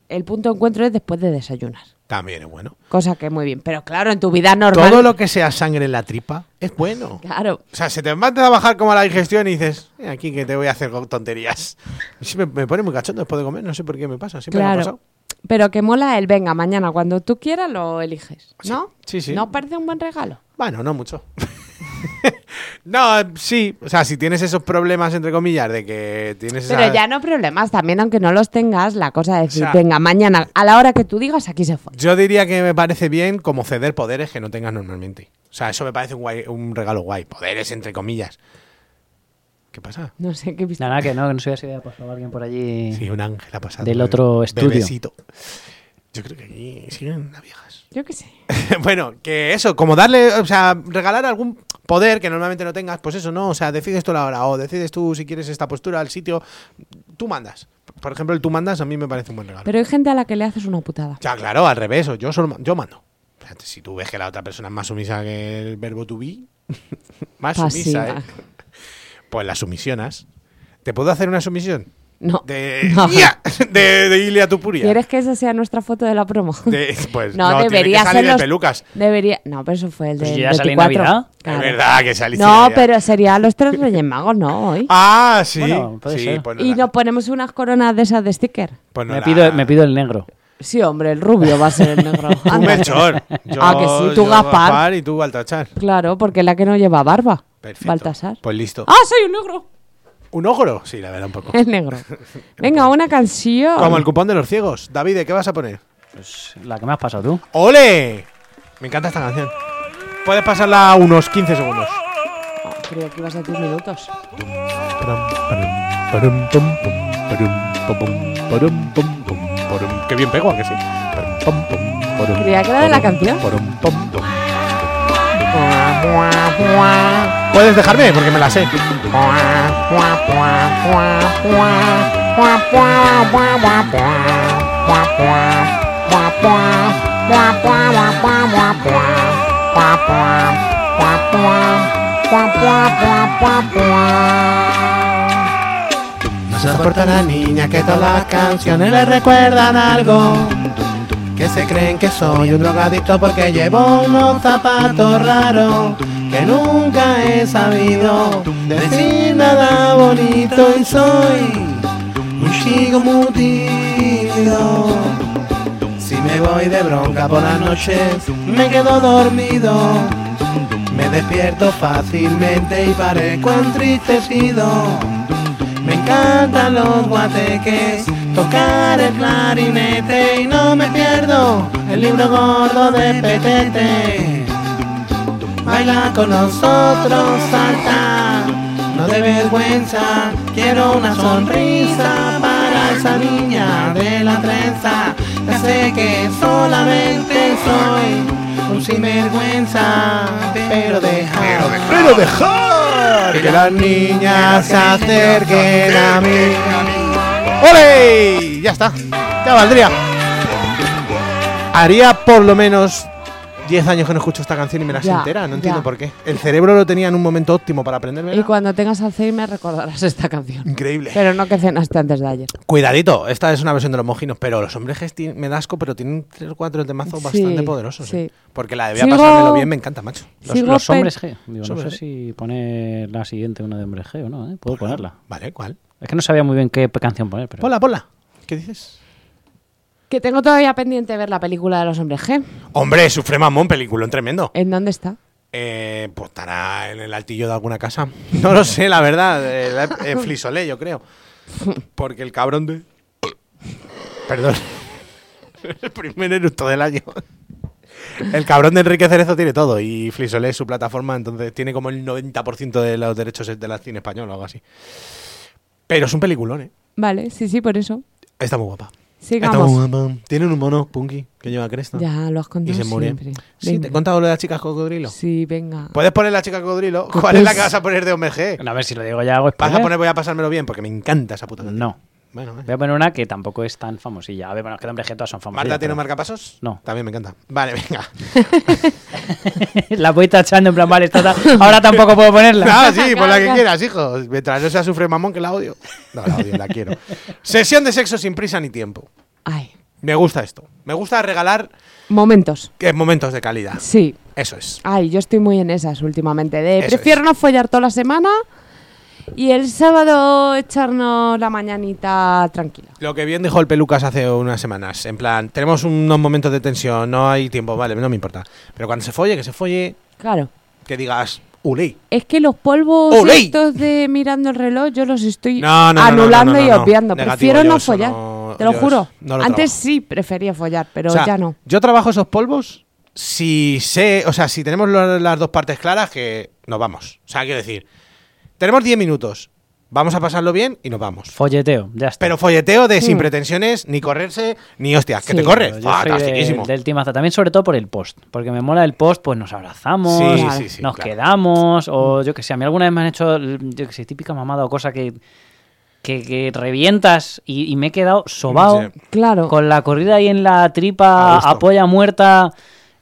Speaker 4: el punto de encuentro es después de desayunar.
Speaker 3: También es bueno.
Speaker 4: Cosa que muy bien. Pero claro, en tu vida normal.
Speaker 3: Todo lo que sea sangre en la tripa es bueno.
Speaker 4: Claro.
Speaker 3: O sea, se te manda a bajar como a la digestión y dices, "Eh, aquí que te voy a hacer con tonterías. Y sí, me, me pone muy cachondo después de comer, no sé por qué me pasa. Siempre me ha
Speaker 4: Claro.
Speaker 3: pasado.
Speaker 4: Pero que mola el venga, mañana cuando tú quieras lo eliges,
Speaker 3: Sí,
Speaker 4: ¿no?
Speaker 3: sí, sí.
Speaker 4: ¿No parece un buen regalo?
Speaker 3: Bueno, no mucho. no, sí. O sea, si tienes esos problemas, entre comillas, de que tienes
Speaker 4: Pero
Speaker 3: esas-
Speaker 4: ya no problemas, también aunque no los tengas, la cosa de decir,
Speaker 3: sea-
Speaker 4: venga, mañana a la hora que tú digas, aquí se fue.
Speaker 3: Yo diría que me parece bien como ceder poderes que no tengas normalmente. O sea, eso me parece un, guay- un regalo guay. Poderes, entre comillas. ¿Qué pasa?
Speaker 4: No sé qué viste.
Speaker 5: Nada, nada, que no, que no sé si ha pasado alguien "Ah, por allí.
Speaker 3: Sí, un ángel ha pasado.
Speaker 5: Del
Speaker 3: Be-
Speaker 5: otro estudio.
Speaker 3: bebecito. Yo creo que aquí siguen las viejas.
Speaker 4: Yo qué sé.
Speaker 3: bueno, que eso, como darle, o sea, regalar algún poder que normalmente no tengas, pues eso, ¿no? O sea, decides tú la hora o decides tú si quieres esta postura, el sitio. Tú mandas. Por ejemplo, el tú mandas a mí me parece un buen regalo.
Speaker 4: Pero hay gente a la que le haces una putada.
Speaker 3: Ya, claro, al revés, o yo solo ma- yo mando. O sea, Si tú ves que la otra persona es más sumisa que el verbo to be, más
Speaker 4: Pasiva.
Speaker 3: sumisa, ¿eh? pues la sumisionas. ¿Te puedo hacer una sumisión?
Speaker 4: No.
Speaker 3: De,
Speaker 4: No.
Speaker 3: ¡Ya! de, de Ilia Tupuria.
Speaker 4: ¿Quieres que esa sea nuestra foto de la promo?
Speaker 3: De- pues
Speaker 4: No,
Speaker 3: no, tiene que
Speaker 4: debería
Speaker 3: salir
Speaker 4: ser
Speaker 3: de
Speaker 4: los-
Speaker 3: pelucas.
Speaker 4: Debería. No, pero eso fue el de.
Speaker 5: Pues ya sale en Navidad.
Speaker 3: Es verdad que saliste
Speaker 4: No,
Speaker 3: de allá.
Speaker 4: pero sería los tres Reyes Magos, ¿no? Hoy.
Speaker 3: Ah, sí.
Speaker 5: Bueno, puede
Speaker 3: sí,
Speaker 5: ser.
Speaker 3: pues no
Speaker 4: y
Speaker 3: la-
Speaker 4: nos ponemos unas coronas de esas de sticker.
Speaker 3: pues no
Speaker 5: me,
Speaker 3: la-
Speaker 5: pido, me pido el negro.
Speaker 4: Sí, hombre, el rubio va a ser el negro.
Speaker 3: Tú,
Speaker 4: Anda.
Speaker 3: Melchor. Yo-
Speaker 4: Ah, que sí, tú,
Speaker 3: yo
Speaker 4: Gaspar.
Speaker 3: y tú, Baltachar.
Speaker 4: Claro, porque la que no lleva barba.
Speaker 3: Perfecto.
Speaker 4: Baltasar.
Speaker 3: Pues listo.
Speaker 4: ¡Ah, soy un negro!
Speaker 3: ¿Un ogro? Sí, la verdad, un poco.
Speaker 4: El negro. Venga, una canción.
Speaker 3: Como el cupón de los ciegos. David, ¿qué vas a poner?
Speaker 5: Pues la que me has pasado tú.
Speaker 3: ¡Ole! Me encanta esta canción. Puedes pasarla unos 15 segundos.
Speaker 4: Creo que ibas a 10 minutos.
Speaker 3: Qué bien pego, ¿a que sí?
Speaker 4: Creía que era de la canción.
Speaker 3: Puedes dejarme porque me la sé.
Speaker 7: No se soporta la niña que todas las canciones le recuerdan algo. Que se creen que soy un drogadicto porque llevo unos zapatos raros. Que nunca he sabido decir nada bonito y soy un chico muy tímido. Si me voy de bronca por las noches, me quedo dormido. Me despierto fácilmente y parezco entristecido. Me encantan los guateques, tocar el clarinete y no me pierdo el libro gordo de Petete. Baila con nosotros, salta, no de vergüenza. Quiero una sonrisa para esa niña de la trenza. Ya sé que solamente soy un sinvergüenza, pero deja.
Speaker 3: ¡Pero dejar!
Speaker 7: Que las niñas se acerquen a mí.
Speaker 3: ¡Ole! Ya está. Ya valdría. Haría por lo menos 10 años que no escucho esta canción y me la sé
Speaker 4: Ya,
Speaker 3: entera. No
Speaker 4: ya.
Speaker 3: entiendo por qué. El cerebro lo tenía en un momento óptimo para aprenderme.
Speaker 4: Y cuando tengas Alzheimer recordarás esta canción.
Speaker 3: Increíble.
Speaker 4: Pero no que cenaste antes de ayer.
Speaker 3: Cuidadito, esta es una versión de los mojinos, pero los hombres G ti- me da asco, pero tienen tres o cuatro temazos
Speaker 4: Sí,
Speaker 3: bastante poderosos. ¿eh?
Speaker 4: sí.
Speaker 3: Porque la debía
Speaker 4: Sigo-
Speaker 3: pasármelo bien, me encanta, macho.
Speaker 5: Los,
Speaker 4: Sigo
Speaker 5: los
Speaker 4: pe-
Speaker 5: hombres G. Digo, no
Speaker 3: Hombres
Speaker 5: sé
Speaker 3: G.
Speaker 5: si poner la siguiente, una de hombres G o no. ¿eh? Puedo ponerla.
Speaker 3: Vale, ¿cuál?
Speaker 5: Es que no sabía muy bien qué canción poner. Pero...
Speaker 3: Pola, pola. ¿Qué dices?
Speaker 4: Que tengo todavía pendiente ver la película de los hombres G.
Speaker 3: Hombre, sufre mamón, peliculón tremendo.
Speaker 4: ¿En dónde está?
Speaker 3: Eh, pues estará en el altillo de alguna casa. No lo sé, la verdad. Eh, la- En Flisolé, yo creo. Porque el cabrón de. Perdón. El primer eructo del año. El cabrón de Enrique Cerezo tiene todo. Y Flisolé es su plataforma, entonces tiene como el 90% de los derechos de la cine español o algo así. Pero es un peliculón, ¿eh?
Speaker 4: Vale, sí, sí, por eso.
Speaker 3: Está muy guapa. Está
Speaker 4: Sigamos.
Speaker 3: muy guapa. Tienen un mono, Punky, que lleva cresta.
Speaker 4: Ya, lo has
Speaker 3: y
Speaker 4: contado
Speaker 3: se muere.
Speaker 4: siempre.
Speaker 3: Sí, te he
Speaker 4: Venga.
Speaker 3: contado lo de las chicas cocodrilo.
Speaker 4: Sí, venga.
Speaker 3: ¿Puedes poner la chica cocodrilo? ¿Cuál es la que vas a poner de OMG?
Speaker 5: A ver si lo digo ya hago
Speaker 3: Vas a
Speaker 5: spoiler.
Speaker 3: poner, voy a pasármelo bien, porque me encanta esa puta canción.
Speaker 5: No.
Speaker 3: Bueno, eh. vale.
Speaker 5: Voy a poner una que tampoco es tan famosilla. A ver, bueno, es que de hombres G todas son famosas.
Speaker 3: ¿Marta tiene marcapasos?
Speaker 5: No.
Speaker 3: También me encanta. Vale, venga.
Speaker 5: la voy tachando en plan, vale, esta ta- ahora tampoco puedo ponerla.
Speaker 3: Ah, sí, por la que quieras, hijo. Mientras no sea sufre mamón, que la odio. No, la odio, la quiero. Sesión de sexo sin prisa ni tiempo.
Speaker 4: Ay,
Speaker 3: Me gusta esto. Me gusta regalar
Speaker 4: momentos.
Speaker 3: eh, momentos de calidad.
Speaker 4: Sí.
Speaker 3: Eso es.
Speaker 4: Ay, yo estoy muy en esas últimamente. De
Speaker 3: Eso
Speaker 4: prefiero no follar toda la semana y el sábado echarnos la mañanita tranquila.
Speaker 3: Lo que bien dijo el Pelucas hace unas semanas. En plan, tenemos unos momentos de tensión, no hay tiempo, vale, no me importa. Pero cuando se folle, que se folle,
Speaker 4: Claro.
Speaker 3: que digas, uli.
Speaker 4: Es que los polvos
Speaker 3: ¡Olé!
Speaker 4: estos de mirando el reloj, yo los estoy
Speaker 3: ¡Oh, No, no, no,
Speaker 4: anulando
Speaker 3: no, no, no,
Speaker 4: y
Speaker 3: no.
Speaker 4: obviando.
Speaker 3: Negativo,
Speaker 4: Prefiero
Speaker 3: yo
Speaker 4: no
Speaker 3: eso
Speaker 4: follar,
Speaker 3: no-
Speaker 4: te lo
Speaker 3: yo
Speaker 4: juro.
Speaker 3: eso no lo
Speaker 4: Antes
Speaker 3: trabajo.
Speaker 4: sí prefería follar, pero
Speaker 3: O sea,
Speaker 4: ya no.
Speaker 3: Yo trabajo esos polvos si sé, o sea, si tenemos lo- las dos partes claras que nos vamos. O sea, quiero decir, tenemos 10 minutos, vamos a pasarlo bien y nos vamos.
Speaker 5: Folleteo, ya está.
Speaker 3: Pero folleteo de sin pretensiones, ni correrse, ni hostias, que
Speaker 4: Sí,
Speaker 3: te corres.
Speaker 5: Yo soy
Speaker 3: Fantastiquísimo.
Speaker 5: de- del team Azar. También sobre todo por el post. Porque me mola el post, pues nos abrazamos,
Speaker 3: Sí, sí, sí,
Speaker 5: nos
Speaker 3: claro.
Speaker 5: quedamos, o yo que sé, a mí alguna vez me han hecho, yo que sé, típica mamada o cosa que, que, que revientas y, y me he quedado sobao
Speaker 3: Sí.
Speaker 4: Claro.
Speaker 5: con la corrida ahí en la
Speaker 3: A
Speaker 5: tripa,
Speaker 3: gusto.
Speaker 5: apoya muerta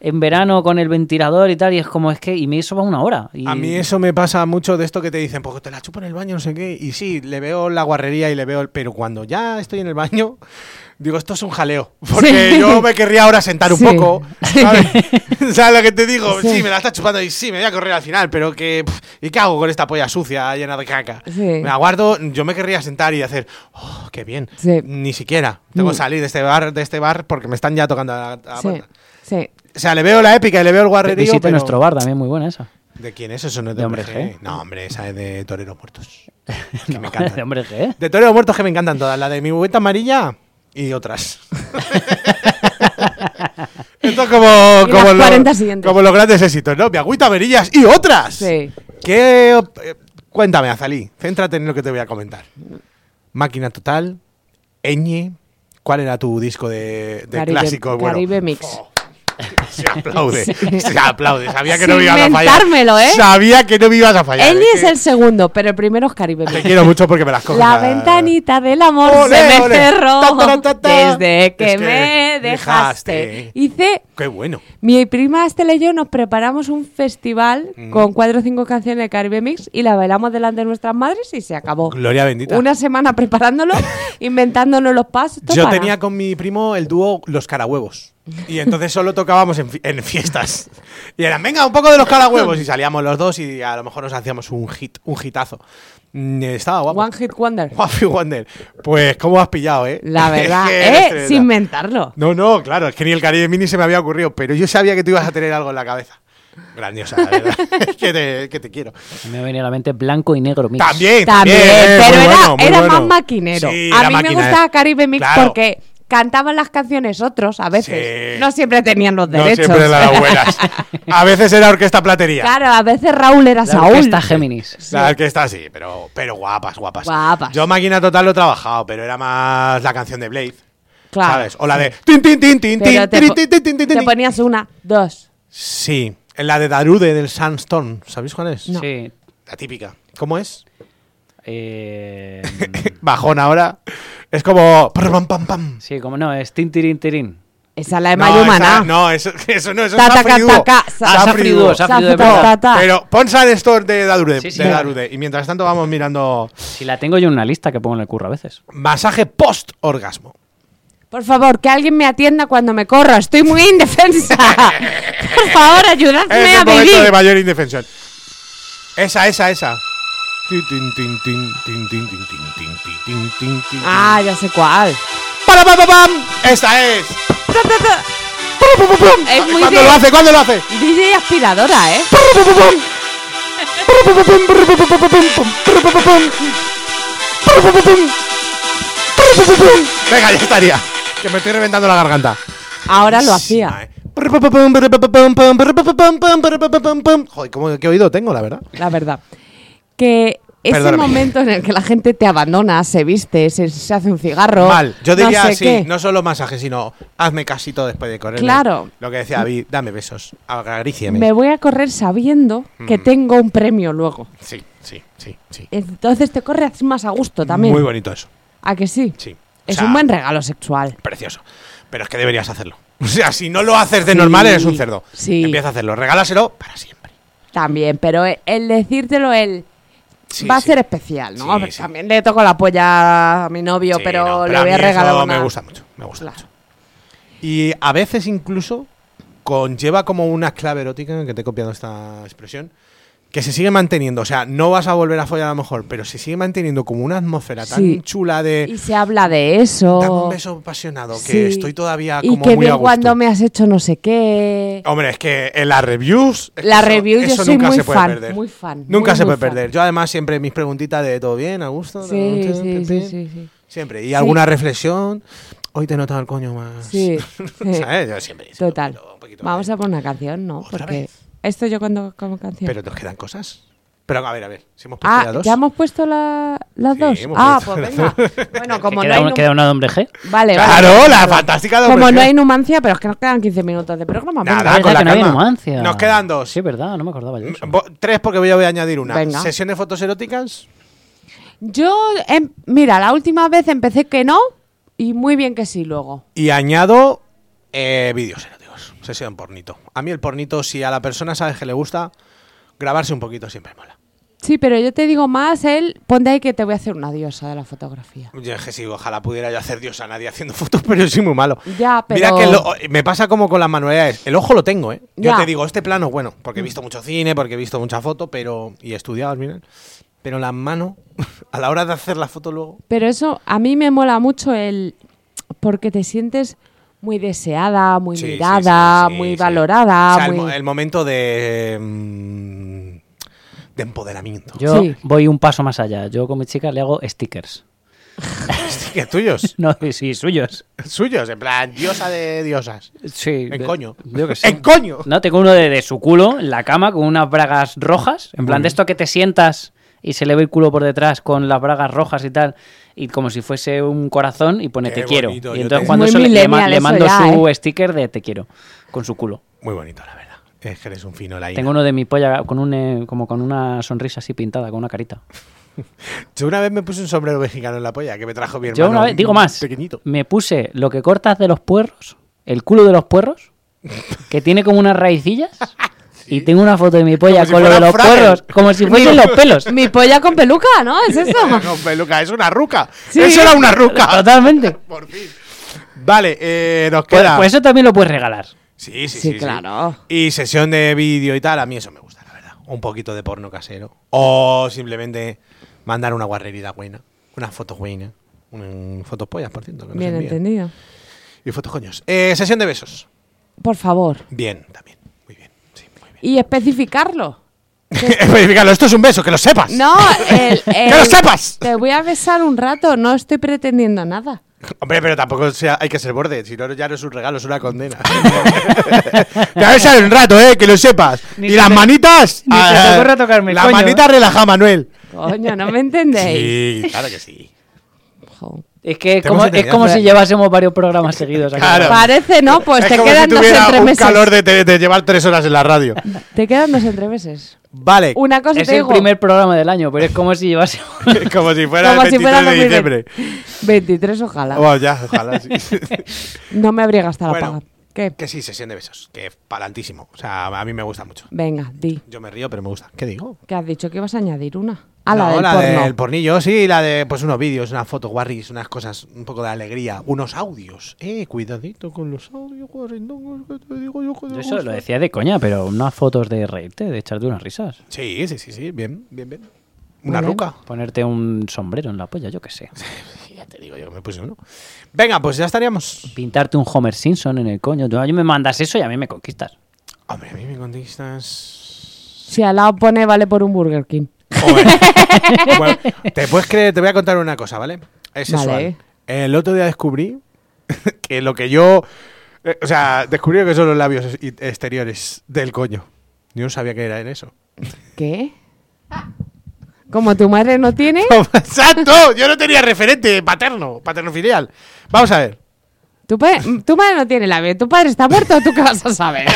Speaker 5: en verano con el ventilador y tal, y es como es que, y me he sobado una hora. y-
Speaker 3: A mí eso me pasa mucho de esto que te dicen, porque te la chupo en el baño, no sé qué. Y sí, le veo la guarrería y le veo el. Pero cuando ya estoy en el baño, digo, esto es un jaleo. Porque
Speaker 4: Sí.
Speaker 3: yo me querría ahora sentar un
Speaker 4: Sí.
Speaker 3: poco. ¿Sabes? ¿Sabes lo que te digo? Sí.
Speaker 4: Sí.
Speaker 3: me la está chupando y sí, me voy a correr al final, pero que. pff, ¿Y qué hago con esta polla sucia llena de caca?
Speaker 4: Sí.
Speaker 3: Me aguardo, yo me querría sentar y hacer, oh, qué bien.
Speaker 4: Sí.
Speaker 3: Ni siquiera. Tengo que
Speaker 4: Mm.
Speaker 3: salir de este bar, de este bar porque me están ya tocando la, la
Speaker 4: sí,
Speaker 3: puerta.
Speaker 4: sí.
Speaker 3: O sea, le veo la épica y le veo el
Speaker 5: Visite
Speaker 3: guarrerío. pero-
Speaker 5: nuestro bar también, muy buena esa.
Speaker 3: ¿De quién es eso? ¿No es de,
Speaker 5: ¿De
Speaker 3: hombre
Speaker 5: Hombre
Speaker 3: G?
Speaker 5: G?
Speaker 3: No, hombre, esa es de toreros muertos. Que me
Speaker 5: De
Speaker 3: encantan.
Speaker 5: hombre, ¿qué?
Speaker 3: De toreros muertos que me encantan todas. La de mi bubeta amarilla y otras. Esto es como,
Speaker 4: Y
Speaker 3: como,
Speaker 4: las
Speaker 3: lo-
Speaker 4: 40 siguientes.
Speaker 3: como los grandes éxitos, ¿no? Mi agüita amarillas y otras.
Speaker 4: Sí.
Speaker 3: ¿Qué op- eh, Cuéntame, Azalí. Céntrate en lo que te voy a comentar. Máquina total, Eñe. ¿Cuál era tu disco de, de
Speaker 4: Caribe-
Speaker 3: clásicos? Bueno,
Speaker 4: Caribe Mix.
Speaker 3: se aplaude, se aplaude. Sabía que
Speaker 4: Sin
Speaker 3: no me ibas a fallar.
Speaker 4: inventármelo, ¿eh?
Speaker 3: Sabía que no me ibas a fallar.
Speaker 4: Él
Speaker 3: Es
Speaker 4: es
Speaker 3: que
Speaker 4: el segundo, pero el primero es Caribe
Speaker 3: Te
Speaker 4: Mix.
Speaker 3: quiero mucho porque me las coges.
Speaker 4: La ventanita del amor
Speaker 3: Ole,
Speaker 4: se me
Speaker 3: ole.
Speaker 4: cerró
Speaker 3: Ta, ta, ta, ta.
Speaker 4: desde que,
Speaker 3: Es que
Speaker 4: me
Speaker 3: dejaste.
Speaker 4: dejaste. Hice
Speaker 3: Qué bueno.
Speaker 4: Mi prima Estela y yo nos preparamos un festival
Speaker 3: Mm.
Speaker 4: con cuatro o cinco canciones de Caribe Mix y la bailamos delante de nuestras madres y se acabó.
Speaker 3: Gloria bendita.
Speaker 4: Una semana preparándolo, inventándonos los pasos. todo
Speaker 3: Yo
Speaker 4: para-
Speaker 3: tenía con mi primo el dúo Los Carahuevos. Y entonces solo tocábamos en, fi- en fiestas. Y eran, venga, un poco de los carahuevos. Y salíamos los dos y a lo mejor nos hacíamos un hit, un hitazo. Mm, Estaba guapo.
Speaker 4: One Hit Wonder.
Speaker 3: One Hit Wonder. Pues, ¿cómo has pillado, eh?
Speaker 4: La
Speaker 3: Es
Speaker 4: verdad,
Speaker 3: que eres
Speaker 4: eh,
Speaker 3: tremenda.
Speaker 4: sin inventarlo.
Speaker 3: No, no, claro, es que ni el Caribe Mini se me había ocurrido, pero yo sabía que tú ibas a tener algo en la cabeza. Grandiosa, la verdad. Es que, te, que te quiero.
Speaker 5: Me venía a la mente blanco y negro mix.
Speaker 3: También,
Speaker 4: También,
Speaker 3: también. muy
Speaker 4: pero era,
Speaker 3: bueno, muy
Speaker 4: era
Speaker 3: bueno.
Speaker 4: más maquinero.
Speaker 3: Sí,
Speaker 4: a
Speaker 3: era
Speaker 4: mí
Speaker 3: máquina,
Speaker 4: me gustaba
Speaker 3: eh.
Speaker 4: Caribe Mix
Speaker 3: Claro.
Speaker 4: porque cantaban las canciones otros a veces.
Speaker 3: Sí.
Speaker 4: No siempre tenían los
Speaker 3: No
Speaker 4: derechos.
Speaker 3: siempre las abuelas. A veces era orquesta platería.
Speaker 4: claro, a veces Raúl era
Speaker 5: La
Speaker 4: Saúl.
Speaker 5: orquesta Géminis.
Speaker 3: La orquesta sí, pero, pero guapas, guapas.
Speaker 4: Guapas.
Speaker 3: Yo máquina total lo he trabajado, pero era más la canción de Blade.
Speaker 4: Claro.
Speaker 3: ¿Sabes? O la de. Tin, tin, tin, tin, tin,
Speaker 4: Pero te,
Speaker 3: tin,
Speaker 4: po-
Speaker 3: tin, tin, tin, tin,
Speaker 4: te
Speaker 3: tin.
Speaker 4: ponías una, dos.
Speaker 3: Sí, en la de Darude del Sandstorm. ¿Sabéis cuál es?
Speaker 5: Sí.
Speaker 3: La típica. ¿Cómo es?
Speaker 5: Eh,
Speaker 3: Bajón ahora. Es como. Pam, pam, pam.
Speaker 5: sí, como no, es tin, tirin, tirin.
Speaker 4: Esa es la de
Speaker 3: No,
Speaker 4: Mayumana.
Speaker 3: esa- no, eso, eso no, eso
Speaker 4: Ta,
Speaker 3: es
Speaker 4: ta, ca,
Speaker 3: Safriduo.
Speaker 4: ta,
Speaker 3: Ah,
Speaker 4: ca, sa-
Speaker 5: Safriduo,
Speaker 3: Safriduo.
Speaker 5: Safriduo de
Speaker 4: Safriduo, ta,
Speaker 5: verdad.
Speaker 4: ta.
Speaker 3: Pero pon Sandstorm de Darude,
Speaker 5: Sí, sí.
Speaker 3: de Darude. Y mientras tanto vamos mirando
Speaker 5: Si la tengo yo en una lista que pongo en el curro a veces.
Speaker 3: masaje post-orgasmo.
Speaker 4: Por favor, que alguien me atienda cuando me corro. Estoy muy indefensa. Por favor, ayudadme
Speaker 3: Es el
Speaker 4: a
Speaker 3: momento de
Speaker 4: vivir.
Speaker 3: mayor indefensión. Esa, esa, esa. Tin, tin, tin, tin, tin, tin, tin, tin, tin, tin, tin, tin, tin.
Speaker 4: Ah, ya sé cuál.
Speaker 3: ¡Para, pam, pam, pam! Esta es.
Speaker 4: Ta, ta, ta.
Speaker 3: ¡Pum, pum, pum, pum!
Speaker 4: Es muy
Speaker 3: ¿Cuándo
Speaker 4: de-
Speaker 3: lo hace? ¿Cuándo lo hace?
Speaker 4: DJ aspiradora, ¿eh?
Speaker 3: ¡Pum, pum, pum! ¡Pum, pum, pum, pum, pum, pum, pum, pum, pum, pum, pum, pum, pum! ¡Pum, pum, pum, pum! ¡Pum, pum, pum, pum! Venga, ya estaría. Que me estoy reventando la garganta.
Speaker 4: Ahora lo hacía.
Speaker 3: Ay. Joder, ¿cómo, qué oído tengo, la verdad.
Speaker 4: la verdad. Que ese
Speaker 3: Perdóname.
Speaker 4: momento en el que la gente te abandona, se viste, se, se hace un cigarro.
Speaker 3: Mal, yo
Speaker 4: no
Speaker 3: diría
Speaker 4: sé
Speaker 3: así,
Speaker 4: qué.
Speaker 3: no solo masaje, sino hazme casito después de correr.
Speaker 4: Claro.
Speaker 3: Lo que decía David, dame besos, agradícieme.
Speaker 4: Me voy a correr sabiendo
Speaker 3: Mm.
Speaker 4: que tengo un premio luego.
Speaker 3: Sí, sí, sí, sí.
Speaker 4: Entonces te corres más a gusto Eh, también.
Speaker 3: Muy bonito eso,
Speaker 4: ¿A que sí?
Speaker 3: sí. O
Speaker 4: Es
Speaker 3: sea,
Speaker 4: un buen regalo sexual.
Speaker 3: Precioso. Pero es que deberías hacerlo. O sea, si no lo haces de normal, eres un cerdo.
Speaker 4: sí.
Speaker 3: Empieza a hacerlo, regálaselo para siempre.
Speaker 4: También, pero e- el decírtelo él
Speaker 3: Sí,
Speaker 4: va a
Speaker 3: sí.
Speaker 4: ser especial, ¿no?
Speaker 3: Sí,
Speaker 4: Pero
Speaker 3: sí.
Speaker 4: También le toco la polla a mi novio,
Speaker 3: Sí,
Speaker 4: pero
Speaker 3: no,
Speaker 4: le voy
Speaker 3: mí
Speaker 4: a
Speaker 3: eso
Speaker 4: regalar una.
Speaker 3: me gusta mucho, me gusta
Speaker 4: Claro.
Speaker 3: mucho. Y a veces incluso conlleva como una clave erótica, que te he copiado esta expresión, que se sigue manteniendo. O sea, no vas a volver a follar a lo mejor, pero se sigue manteniendo como una atmósfera
Speaker 4: Sí.
Speaker 3: tan chula
Speaker 4: Y
Speaker 3: de...
Speaker 4: se habla de eso.
Speaker 3: Dame un beso apasionado,
Speaker 4: Sí.
Speaker 3: que estoy todavía
Speaker 4: Y
Speaker 3: como
Speaker 4: que
Speaker 3: muy a
Speaker 4: bien
Speaker 3: gusto.
Speaker 4: cuando me has hecho no sé qué.
Speaker 3: Hombre, es que en las reviews... es que
Speaker 4: La
Speaker 3: eso-
Speaker 4: review yo
Speaker 3: eso
Speaker 4: soy
Speaker 3: nunca
Speaker 4: muy
Speaker 3: se puede
Speaker 4: fan,
Speaker 3: perder.
Speaker 4: muy fan,
Speaker 3: Nunca
Speaker 4: muy,
Speaker 3: se
Speaker 4: muy
Speaker 3: puede
Speaker 4: fan.
Speaker 3: perditas Yo además siempre mis preguntitas de todo bien, a gusto.
Speaker 4: Sí,
Speaker 3: ¿Todo
Speaker 4: sí,
Speaker 3: bien?
Speaker 4: sí, sí, sí.
Speaker 3: Siempre. Y alguna reflexión. Hoy te he notado el coño más.
Speaker 4: Sí, sí.
Speaker 3: ¿Sabes? Yo siempre. siempre
Speaker 4: Total.
Speaker 3: un poquito- un poquito
Speaker 4: Vamos
Speaker 3: más.
Speaker 4: a poner una canción, ¿no?
Speaker 3: ¿Otra
Speaker 4: Porque
Speaker 3: vez?
Speaker 4: esto yo cuando como canción.
Speaker 3: Pero nos quedan cosas. Pero a ver, a ver. Si hemos puesto
Speaker 4: ah,
Speaker 3: ya dos.
Speaker 4: ya hemos puesto la- las
Speaker 3: Sí,
Speaker 4: dos.
Speaker 3: hemos
Speaker 4: Ah,
Speaker 3: puesto
Speaker 4: pues
Speaker 3: las
Speaker 4: venga.
Speaker 3: dos.
Speaker 4: Bueno,
Speaker 5: Que
Speaker 4: como no
Speaker 5: queda,
Speaker 4: hay
Speaker 5: un-
Speaker 4: num-
Speaker 5: queda una de hombre G.
Speaker 4: Vale,
Speaker 3: Claro,
Speaker 4: vale,
Speaker 3: la
Speaker 4: vale.
Speaker 3: fantástica de
Speaker 4: Como
Speaker 3: hombre
Speaker 4: no
Speaker 3: G.
Speaker 4: hay numancia, pero es que nos quedan 15 minutos de programa.
Speaker 3: Nada,
Speaker 4: venga.
Speaker 5: Es
Speaker 3: con
Speaker 5: verdad
Speaker 3: la
Speaker 5: que no había
Speaker 3: calma.
Speaker 5: numancia.
Speaker 3: Nos quedan dos.
Speaker 5: Sí, es verdad, no me acordaba yo. eso.
Speaker 3: Vo- Mm, Tres, porque voy a voy a añadir una.
Speaker 4: Venga.
Speaker 3: Sesión de fotos eróticas.
Speaker 4: Yo, em- mira, la última vez empecé que no y muy bien que sí luego.
Speaker 3: Y añado eh, vídeos eróticos. Sesión pornito. A mí el pornito, si a la persona sabes que le gusta, grabarse un poquito siempre mola.
Speaker 4: Sí, pero yo te digo más, él, ponte ahí que te voy a hacer una diosa de la fotografía.
Speaker 3: Yo es que sí, ojalá pudiera yo hacer Dios a nadie haciendo fotos, pero yo soy muy malo.
Speaker 4: Ya, Ah, pero-
Speaker 3: Mira que el o- me pasa como con las manualidades. El ojo lo tengo, ¿eh? Yo
Speaker 4: Ya.
Speaker 3: te digo, este plano, bueno, porque he visto mucho cine, porque he visto mucha foto, pero. Y he estudiado al final. Pero la mano, a la hora de hacer la foto luego.
Speaker 4: Pero eso a mí me mola mucho el porque te sientes muy deseada, muy
Speaker 3: Sí, sí,
Speaker 4: mirada,
Speaker 3: sí, sí,
Speaker 4: muy
Speaker 3: sí.
Speaker 4: valorada,
Speaker 3: O sea, el
Speaker 4: muy-
Speaker 3: mo- el, momento de. mm, de empoderamiento.
Speaker 5: Yo
Speaker 4: Sí.
Speaker 5: voy un paso más allá. Yo con mi chica le hago stickers.
Speaker 3: Que tuyos,
Speaker 5: No, sí, suyos.
Speaker 3: suyos, en plan, diosa de diosas.
Speaker 5: Sí.
Speaker 3: En
Speaker 5: de-
Speaker 3: coño.
Speaker 5: Yo que sé.
Speaker 3: En coño.
Speaker 5: No, tengo uno de, de su culo en la cama con unas bragas rojas. En plan, de esto que te sientas y se le ve el culo por detrás con las bragas rojas y tal. Y como si fuese un corazón y pone
Speaker 3: Qué
Speaker 5: te quiero.
Speaker 3: bonito,
Speaker 5: y
Speaker 3: yo
Speaker 5: entonces
Speaker 3: te-
Speaker 5: cuando
Speaker 4: Muy
Speaker 5: eso le, le ma-
Speaker 4: millennial
Speaker 5: le
Speaker 4: eso
Speaker 5: mando
Speaker 4: ya, ¿eh?
Speaker 5: su sticker de te quiero con su culo.
Speaker 3: Muy bonito, la verdad. Es que eres un fino la
Speaker 5: Tengo uno de mi polla con un, eh, como con una sonrisa así pintada, con una carita.
Speaker 3: Yo una vez me puse un sombrero mexicano en la polla que me trajo mi hermano.
Speaker 5: Yo una vez, digo más,
Speaker 3: Pequeñito.
Speaker 5: me puse lo que cortas de los puerros, el culo de los puerros, que tiene como unas raicillas, y tengo una foto de mi polla
Speaker 3: Como si
Speaker 5: con lo de
Speaker 3: fuera
Speaker 5: los
Speaker 3: Frager.
Speaker 5: puerros, como si fuesen los pelos.
Speaker 4: mi polla con peluca, ¿no? Es eso.
Speaker 3: Con peluca, es una ruca.
Speaker 4: Sí.
Speaker 3: Eso era una ruca.
Speaker 5: Totalmente.
Speaker 3: Por fin. Vale, eh, nos
Speaker 5: Pues,
Speaker 3: queda.
Speaker 5: pues eso también lo puedes regalar.
Speaker 3: sí, sí, sí,
Speaker 4: Sí,
Speaker 3: sí.
Speaker 4: claro.
Speaker 3: Y sesión de vídeo y tal, a mí eso me gusta, la verdad. Un poquito de porno casero. O simplemente mandar una guarrerida buena. Una foto buena. Un, fotos pollas, por cierto. que nos
Speaker 4: Bien
Speaker 3: envían.
Speaker 4: entendido.
Speaker 3: Y fotos coños. Eh, sesión de besos.
Speaker 4: Por favor.
Speaker 3: Bien, también. Muy bien. Sí, muy bien.
Speaker 4: Y especificarlo.
Speaker 3: Especificalo, esto es un beso, que lo sepas.
Speaker 4: No, eh, el,
Speaker 3: ¡Que
Speaker 4: el-
Speaker 3: lo sepas!
Speaker 4: Te voy a besar un rato, no estoy pretendiendo nada.
Speaker 3: Hombre, pero tampoco sea- hay que ser borde, si no ya no es un regalo, es una condena. Te vas a ir un rato, eh, que lo sepas.
Speaker 5: Ni
Speaker 3: y
Speaker 5: se
Speaker 3: las
Speaker 5: te-
Speaker 3: manitas.
Speaker 5: ni se te
Speaker 3: ah,
Speaker 5: ocurra tocarme el
Speaker 3: Las
Speaker 5: coño. ¿eh?
Speaker 3: manitas relaja, Manuel.
Speaker 4: Coño, no me entendéis.
Speaker 3: Sí, claro que sí.
Speaker 4: Jo.
Speaker 5: Es que es
Speaker 3: Te
Speaker 5: como,
Speaker 3: hemos
Speaker 5: es
Speaker 3: entendido.
Speaker 5: como si llevásemos varios programas seguidos. aquí.
Speaker 3: Claro.
Speaker 4: Parece, ¿no? Pues
Speaker 3: es
Speaker 4: te
Speaker 3: como si
Speaker 4: quedan dos
Speaker 3: tuviera un
Speaker 4: entremeses.
Speaker 3: calor de, de- de llevar tres horas en la radio.
Speaker 4: Te quedan dos entremeses.
Speaker 3: Vale.
Speaker 4: Una cosa
Speaker 5: Es
Speaker 4: te
Speaker 5: el
Speaker 4: digo.
Speaker 5: primer programa del año, pero es como si llevásemos...
Speaker 3: como si fuera
Speaker 4: Como
Speaker 3: el
Speaker 4: si
Speaker 3: 23
Speaker 4: fuera
Speaker 3: de
Speaker 4: 2020.
Speaker 3: diciembre.
Speaker 4: 23, ojalá.
Speaker 3: Bueno, ya, ojalá. sí.
Speaker 4: No me habría gastado
Speaker 3: Bueno.
Speaker 4: la paga. ¿Qué?
Speaker 3: que sí, sesión de besos. Que es palantísimo. O sea, a mí me gusta mucho.
Speaker 4: Venga, di.
Speaker 3: Yo me río, pero me gusta. ¿Qué digo?
Speaker 4: Que has dicho que ibas a añadir una. A la
Speaker 3: No,
Speaker 4: del
Speaker 3: la
Speaker 4: porno.
Speaker 3: del pornillo, sí, la de pues unos vídeos, unas fotos guarris, unas cosas, un poco de alegría, unos audios. Eh, cuidadito con los audios, guarrindongos, que te digo yo que te
Speaker 5: Yo eso
Speaker 3: gusta.
Speaker 5: lo decía de coña, pero unas fotos de reírte, de echarte unas risas.
Speaker 3: Sí, sí, sí, sí, bien, bien, bien. Una
Speaker 4: bien.
Speaker 3: ruca.
Speaker 5: Ponerte un sombrero en la polla, yo qué sé.
Speaker 3: Ya te digo yo que me puse uno. Venga, pues ya estaríamos.
Speaker 5: Pintarte un Homer Simpson en el coño. Tú a mí me mandas eso y a mí me conquistas.
Speaker 3: Hombre, a mí me contestas.
Speaker 4: Si al lado pone vale por un Burger King.
Speaker 3: Joder. Bueno, te puedes creer, te voy a contar una cosa, ¿vale? Es
Speaker 4: Vale.
Speaker 3: sexual. El otro día descubrí que lo que yo. eh, o sea, descubrí que son los labios ex- exteriores del coño. Yo no sabía que era en eso.
Speaker 4: ¿Qué? Como tu madre no tiene,
Speaker 3: ¡Exacto! Yo no tenía referente paterno, paterno filial. Vamos a ver.
Speaker 4: tu, pa- tu madre no tiene labio, tu padre está muerto, ¿tú qué vas a saber?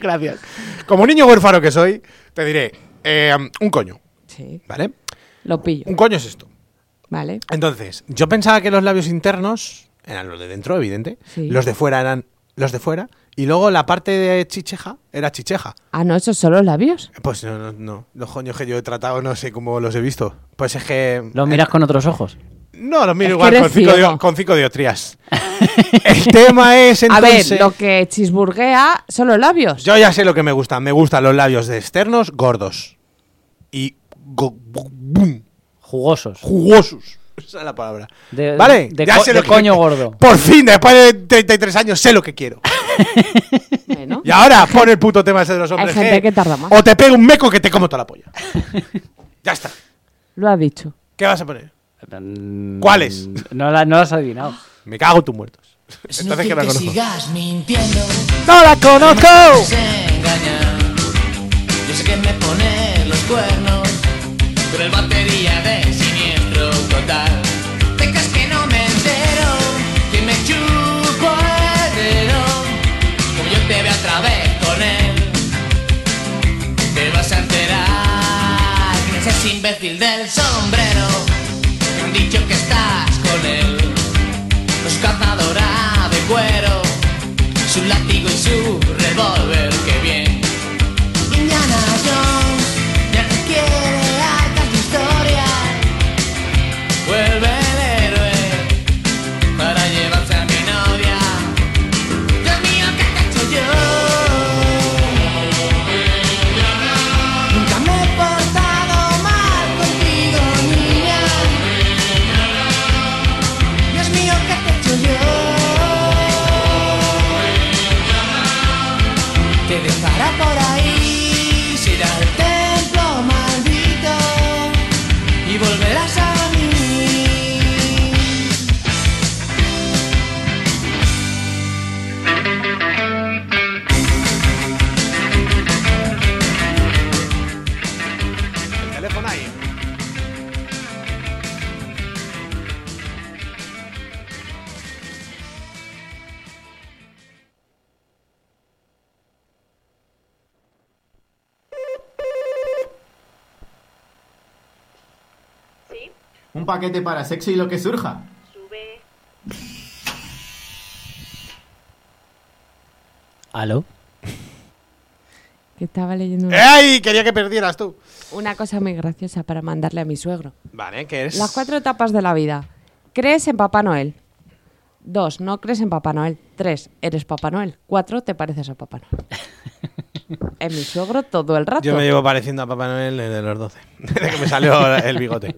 Speaker 3: Gracias. Como niño huérfano que soy, te diré: eh, un coño,
Speaker 4: Sí,
Speaker 3: ¿vale?
Speaker 4: lo pillo.
Speaker 3: Un coño es esto.
Speaker 4: Vale.
Speaker 3: Entonces, yo pensaba que los labios internos eran los de dentro, evidente.
Speaker 4: Sí.
Speaker 3: Los de fuera eran los de fuera. Y luego la parte de chicheja era chicheja.
Speaker 4: Ah, no, esos son los labios.
Speaker 3: Pues no, no, no. Los coños que yo he tratado no sé cómo los he visto. Pues es que.
Speaker 5: Lo miras con otros ojos.
Speaker 3: No, los miro
Speaker 4: Es que
Speaker 3: igual
Speaker 4: eres
Speaker 3: con cinco,
Speaker 4: ciego.
Speaker 3: dio- con cinco dioptrías. El tema es entonces.
Speaker 4: A ver, lo que chisburguea son los labios.
Speaker 3: Yo ya sé lo que me gustan. Me gustan los labios de externos gordos. Y. go- bu- bum,
Speaker 5: Jugosos.
Speaker 3: jugosos. Esa es la palabra.
Speaker 5: De-
Speaker 3: ¿Vale?
Speaker 5: de co- de coño gordo.
Speaker 3: Por fin, después de 33 años, sé lo que quiero.
Speaker 4: Bueno,
Speaker 3: Y ahora pon el puto tema ese de los hombres.
Speaker 4: gente
Speaker 3: G,
Speaker 4: que tarda más.
Speaker 3: O te pego un meco que te como toda la polla. ya está.
Speaker 4: lo ha dicho.
Speaker 3: ¿Qué vas a poner?
Speaker 5: Mm,
Speaker 3: ¿Cuáles?
Speaker 5: No, la- no las has adivinado.
Speaker 3: Me cago en tus muertos. Entonces que la
Speaker 8: que
Speaker 3: conozco.
Speaker 8: sigas mintiendo,
Speaker 3: ¡No la conozco!
Speaker 8: se engaña. Yo sé que me pone los cuernos, pero el batería de siniestro total. Te crees que no me entero, que me chupo el dedo, como yo te veo otra vez con él. Te vas a enterar, que es ese imbécil del sombrero, me han dicho que estás con él. Los cazadora de cuero su látigo y su revólver, que bien. Indiana Jones ya no quiere hartas historias. Vuelve el héroe para llevarse a mi novia. Dios mío, ¿qué te he hecho yo? Nunca me he portado mal contigo, niña. Dios mío, ¿qué te he hecho yo? Te dejará por ahí, se irá al templo maldito y volverás a mí.
Speaker 3: El teléfono ahí.
Speaker 9: Un paquete para sexo y lo que surja.
Speaker 5: ¿Aló?
Speaker 4: Que estaba leyendo una,
Speaker 3: ¡Ey! Quería que perdieras tú.
Speaker 4: una cosa muy graciosa para mandarle a mi suegro.
Speaker 3: Vale, ¿qué es?
Speaker 4: Las cuatro etapas de la vida. ¿Crees en Papá Noel? Dos, no crees en Papá Noel. Tres, eres Papá Noel. Cuatro, te pareces a Papá Noel. en mi suegro todo el rato.
Speaker 3: Yo me llevo pareciendo a Papá Noel desde los 12. Desde que me salió el bigote.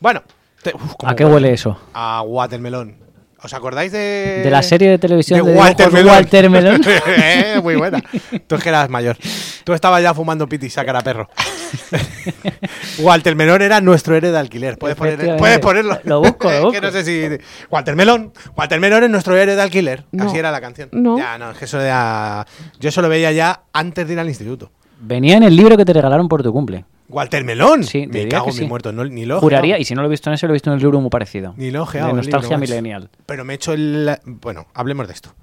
Speaker 3: Bueno. te- uf, cómo
Speaker 5: ¿A qué huele eso?
Speaker 3: A watermelón. ¿Os acordáis de.
Speaker 5: De la serie de televisión de,
Speaker 3: Walter
Speaker 5: dibujos
Speaker 3: Melón.
Speaker 5: Walter Melón.
Speaker 3: Eh, muy buena. Tú es que eras mayor. Tú estabas ya fumando piti y sacar a perro. Walter Melón era nuestro héroe de alquiler. Puedes, poner,
Speaker 5: Efectivamente.
Speaker 3: puedes ponerlo.
Speaker 5: Lo busco, lo
Speaker 3: Es que
Speaker 5: busco.
Speaker 3: no sé si. Walter Melón. Walter Melón es nuestro héroe de alquiler.
Speaker 4: No.
Speaker 3: Así era la canción.
Speaker 4: No.
Speaker 3: Ya, no, es que eso era. Yo eso lo veía ya antes de ir al instituto.
Speaker 5: Venía en el libro que te regalaron por tu cumple.
Speaker 3: Walter Melón.
Speaker 5: Sí, te
Speaker 3: me
Speaker 5: diría
Speaker 3: cago
Speaker 5: que
Speaker 3: en
Speaker 5: sí.
Speaker 3: mi muerto. no- ni lo he
Speaker 5: Juraría,
Speaker 3: ojeado.
Speaker 5: y si no lo he visto en ese, lo he visto en el libro muy parecido.
Speaker 3: Ni lo he ojeado
Speaker 5: De
Speaker 3: el
Speaker 5: Nostalgia
Speaker 3: libro, macho.
Speaker 5: Millennial.
Speaker 3: Pero me he hecho el. Bueno, hablemos de esto.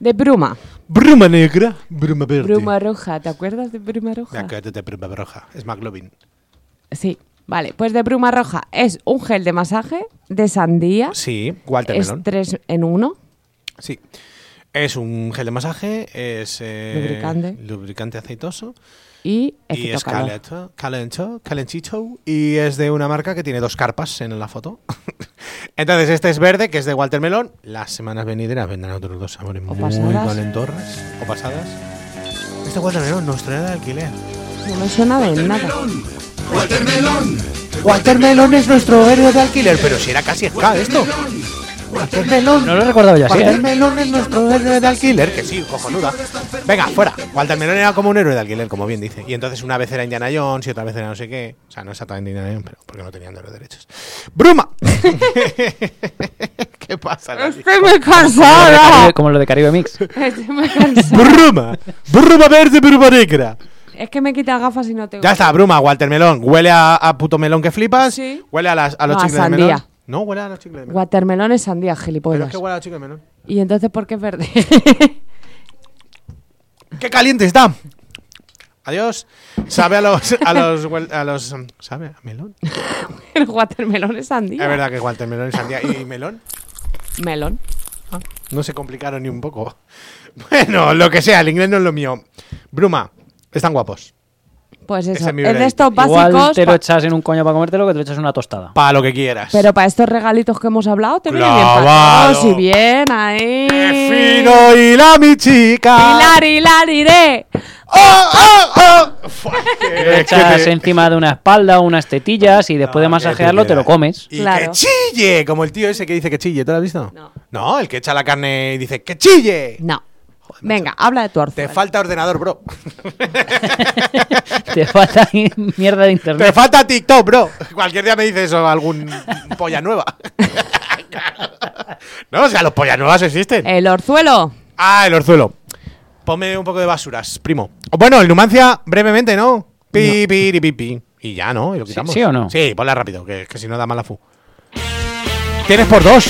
Speaker 4: De bruma.
Speaker 3: Bruma negra, bruma verde.
Speaker 4: Bruma roja. ¿Te acuerdas de bruma roja?
Speaker 3: Ya, cállate, bruma roja. Es McLovin.
Speaker 4: Sí, vale. Pues de bruma roja es un gel de masaje de sandía.
Speaker 3: Sí, Este Walter
Speaker 4: es
Speaker 3: Melón.
Speaker 4: tres en uno.
Speaker 3: Sí. Es un gel de masaje, es eh,
Speaker 4: Lubricante.
Speaker 3: lubricante aceitoso
Speaker 4: Y,
Speaker 3: y es
Speaker 4: excitocalor.
Speaker 3: calento, calento, calentito y es de una marca que tiene dos carpas en la foto. Entonces este es verde, que es de Walter Melón. Las semanas venideras vendrán otros dos sabores muy
Speaker 4: pasadas.
Speaker 3: calentorras o pasadas. Este Walter Melón nos trae de alquiler.
Speaker 4: No me suena de nada.
Speaker 3: Walter Melón es nuestro héroe de alquiler, pero si era casi ska esto. Walter Melón.
Speaker 5: No lo he recordado yo así,
Speaker 3: Walter
Speaker 5: ¿eh?
Speaker 3: Melón es nuestro héroe de alquiler, que sí, cojonuda. Venga, fuera. Walter Melón era como un héroe de alquiler, como bien dice. Y entonces una vez era Indiana Jones y otra vez era no sé qué. O sea, no exactamente Indiana Jones, pero porque no tenían de los derechos. ¡Bruma! ¿Qué pasa? Lali?
Speaker 4: Estoy muy
Speaker 5: Como lo de
Speaker 4: cansada.
Speaker 5: Caribe- Como lo de Caribe Mix.
Speaker 4: Estoy muy cansada.
Speaker 3: ¡Bruma! ¡Bruma verde, bruma negra!
Speaker 4: Es que me quita gafas y no tengo.
Speaker 3: Ya está, bruma, Walter Melón. Huele a, a puto melón que flipas.
Speaker 4: Sí.
Speaker 3: Huele a, las, a los
Speaker 4: No, a
Speaker 3: chicles de
Speaker 4: sandía.
Speaker 3: melón. No, huele a los chicles de melón.
Speaker 4: Watermelón es sandía,
Speaker 3: Pero
Speaker 4: gilipollas.
Speaker 3: es que huele a los chicles de melón.
Speaker 4: Y entonces, ¿por qué es verde?
Speaker 3: ¡Qué caliente está! Adiós. Sabe a los. A los, huel- a los mm, ¿Sabe? ¿A melón?
Speaker 4: El watermelón es sandía.
Speaker 3: Es verdad que Walter Melón y Sandía. ¿Y melón?
Speaker 4: Melón.
Speaker 3: No se complicaron ni un poco. Bueno, lo que sea, el inglés no es lo mío. Bruma, están guapos.
Speaker 4: Pues
Speaker 3: Ese
Speaker 4: eso.
Speaker 3: es
Speaker 4: Es
Speaker 3: mi
Speaker 4: de
Speaker 3: veredicto.
Speaker 4: estos
Speaker 5: Igual
Speaker 4: básicos.
Speaker 5: te lo
Speaker 4: pa-
Speaker 5: echas en un coño para comértelo que te lo echas en una tostada.
Speaker 3: Para lo que quieras.
Speaker 4: Pero para estos regalitos que hemos hablado, te viene bien.
Speaker 3: Clavado.
Speaker 4: pagado, Si bien, ahí.
Speaker 3: ¡Qué fino y la mi chica!
Speaker 4: Hilar, hilar, iré.
Speaker 3: ¡Oh, oh, oh! Fua,
Speaker 5: Te lo
Speaker 3: que- Ah,
Speaker 5: echas encima de una espalda, unas tetillas y después de masajearlo te lo comes.
Speaker 3: Y que
Speaker 4: Claro.
Speaker 3: chille, como el tío ese que dice que chille, ¿te lo has visto?
Speaker 4: No.
Speaker 3: No, el que echa la carne y dice que chille.
Speaker 4: No. Venga, habla de tu
Speaker 3: Te
Speaker 4: orfe.
Speaker 3: falta ordenador, bro.
Speaker 5: Te falta ahí mierda de
Speaker 3: Te
Speaker 5: internet.
Speaker 3: falta TikTok, bro. Cualquier día me dice eso algún polla nueva. no, o sea, los pollas nuevas existen.
Speaker 4: El orzuelo.
Speaker 3: Ah, el orzuelo. Ponme un poco de basuras, primo. O Bueno, el Numancia, brevemente, ¿no? Pi, pi, ri, pi, pi. Y ya, ¿no? Y lo quitamos.
Speaker 5: sí o no?
Speaker 3: Sí, ponla rápido, que, que si no da mala fu. Tienes por dos.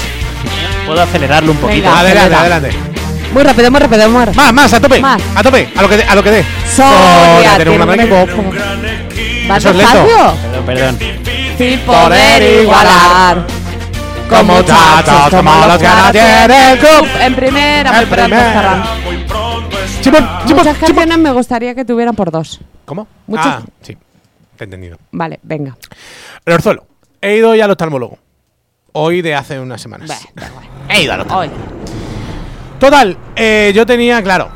Speaker 5: Puedo acelerarlo un poquito.
Speaker 4: Venga,
Speaker 3: adelante,
Speaker 4: acelera.
Speaker 3: adelante.
Speaker 4: Muy rápido, muy rápido, muy rápido.
Speaker 3: Más, más, a tope.
Speaker 4: Más.
Speaker 3: A tope, a lo que dé, a lo que dé.
Speaker 4: Sonia,
Speaker 3: tener una
Speaker 4: tiene
Speaker 3: mano.
Speaker 4: un ¿Vas
Speaker 3: Eso es lento.
Speaker 4: despacio?
Speaker 5: Perdón, perdón.
Speaker 4: Sin poder igualar.
Speaker 3: Como chatos, como los que no tienen el club.
Speaker 4: En primera,
Speaker 3: En
Speaker 4: muy pronto
Speaker 3: primera.
Speaker 4: estarán.
Speaker 3: Chipón, chipón,
Speaker 4: Muchas
Speaker 3: chipón.
Speaker 4: canciones me gustaría que tuvieran por dos.
Speaker 3: ¿Cómo?
Speaker 4: Muchas-
Speaker 3: Ah, sí. Te he entendido.
Speaker 4: Vale, venga.
Speaker 3: El orzuelo. He ido ya al oftalmólogo. Hoy de hace unas semanas.
Speaker 4: Bah, da igual.
Speaker 3: He ido al oftalmólogo.
Speaker 4: Oye,
Speaker 3: Total, eh, yo tenía, claro.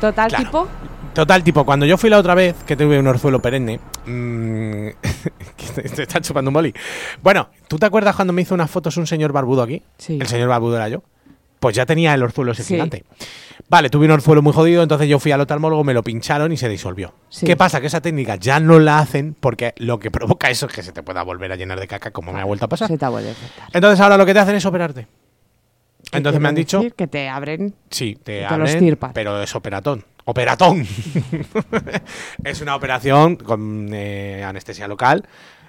Speaker 4: total
Speaker 3: Claro.
Speaker 4: tipo.
Speaker 3: Total, tipo, cuando yo fui la otra vez, que tuve un orzuelo perenne. mm, que te, te está chupando un boli. Bueno, ¿tú te acuerdas cuando me hizo unas fotos un señor barbudo aquí?
Speaker 4: Sí.
Speaker 3: El señor barbudo era yo. Pues ya tenía el orzuelo ese
Speaker 4: Sí.
Speaker 3: gigante. Vale, tuve un orzuelo muy jodido, entonces yo fui al oftalmólogo, me lo pincharon y se disolvió.
Speaker 4: Sí.
Speaker 3: ¿Qué pasa? Que esa técnica ya no la hacen porque lo que provoca eso es que se te pueda volver a llenar de caca como me ha vuelto a pasar.
Speaker 4: Se te ha vuelto a afectar.
Speaker 3: Entonces ahora lo que te hacen es operarte.
Speaker 4: ¿Qué
Speaker 3: Entonces me
Speaker 4: quiere
Speaker 3: han dicho
Speaker 4: decir? Que te abren.
Speaker 3: Sí, te
Speaker 4: Te lo
Speaker 3: abren,
Speaker 4: extirpan.
Speaker 3: pero es operatón. ¡Operatón! es una operación con eh, anestesia local.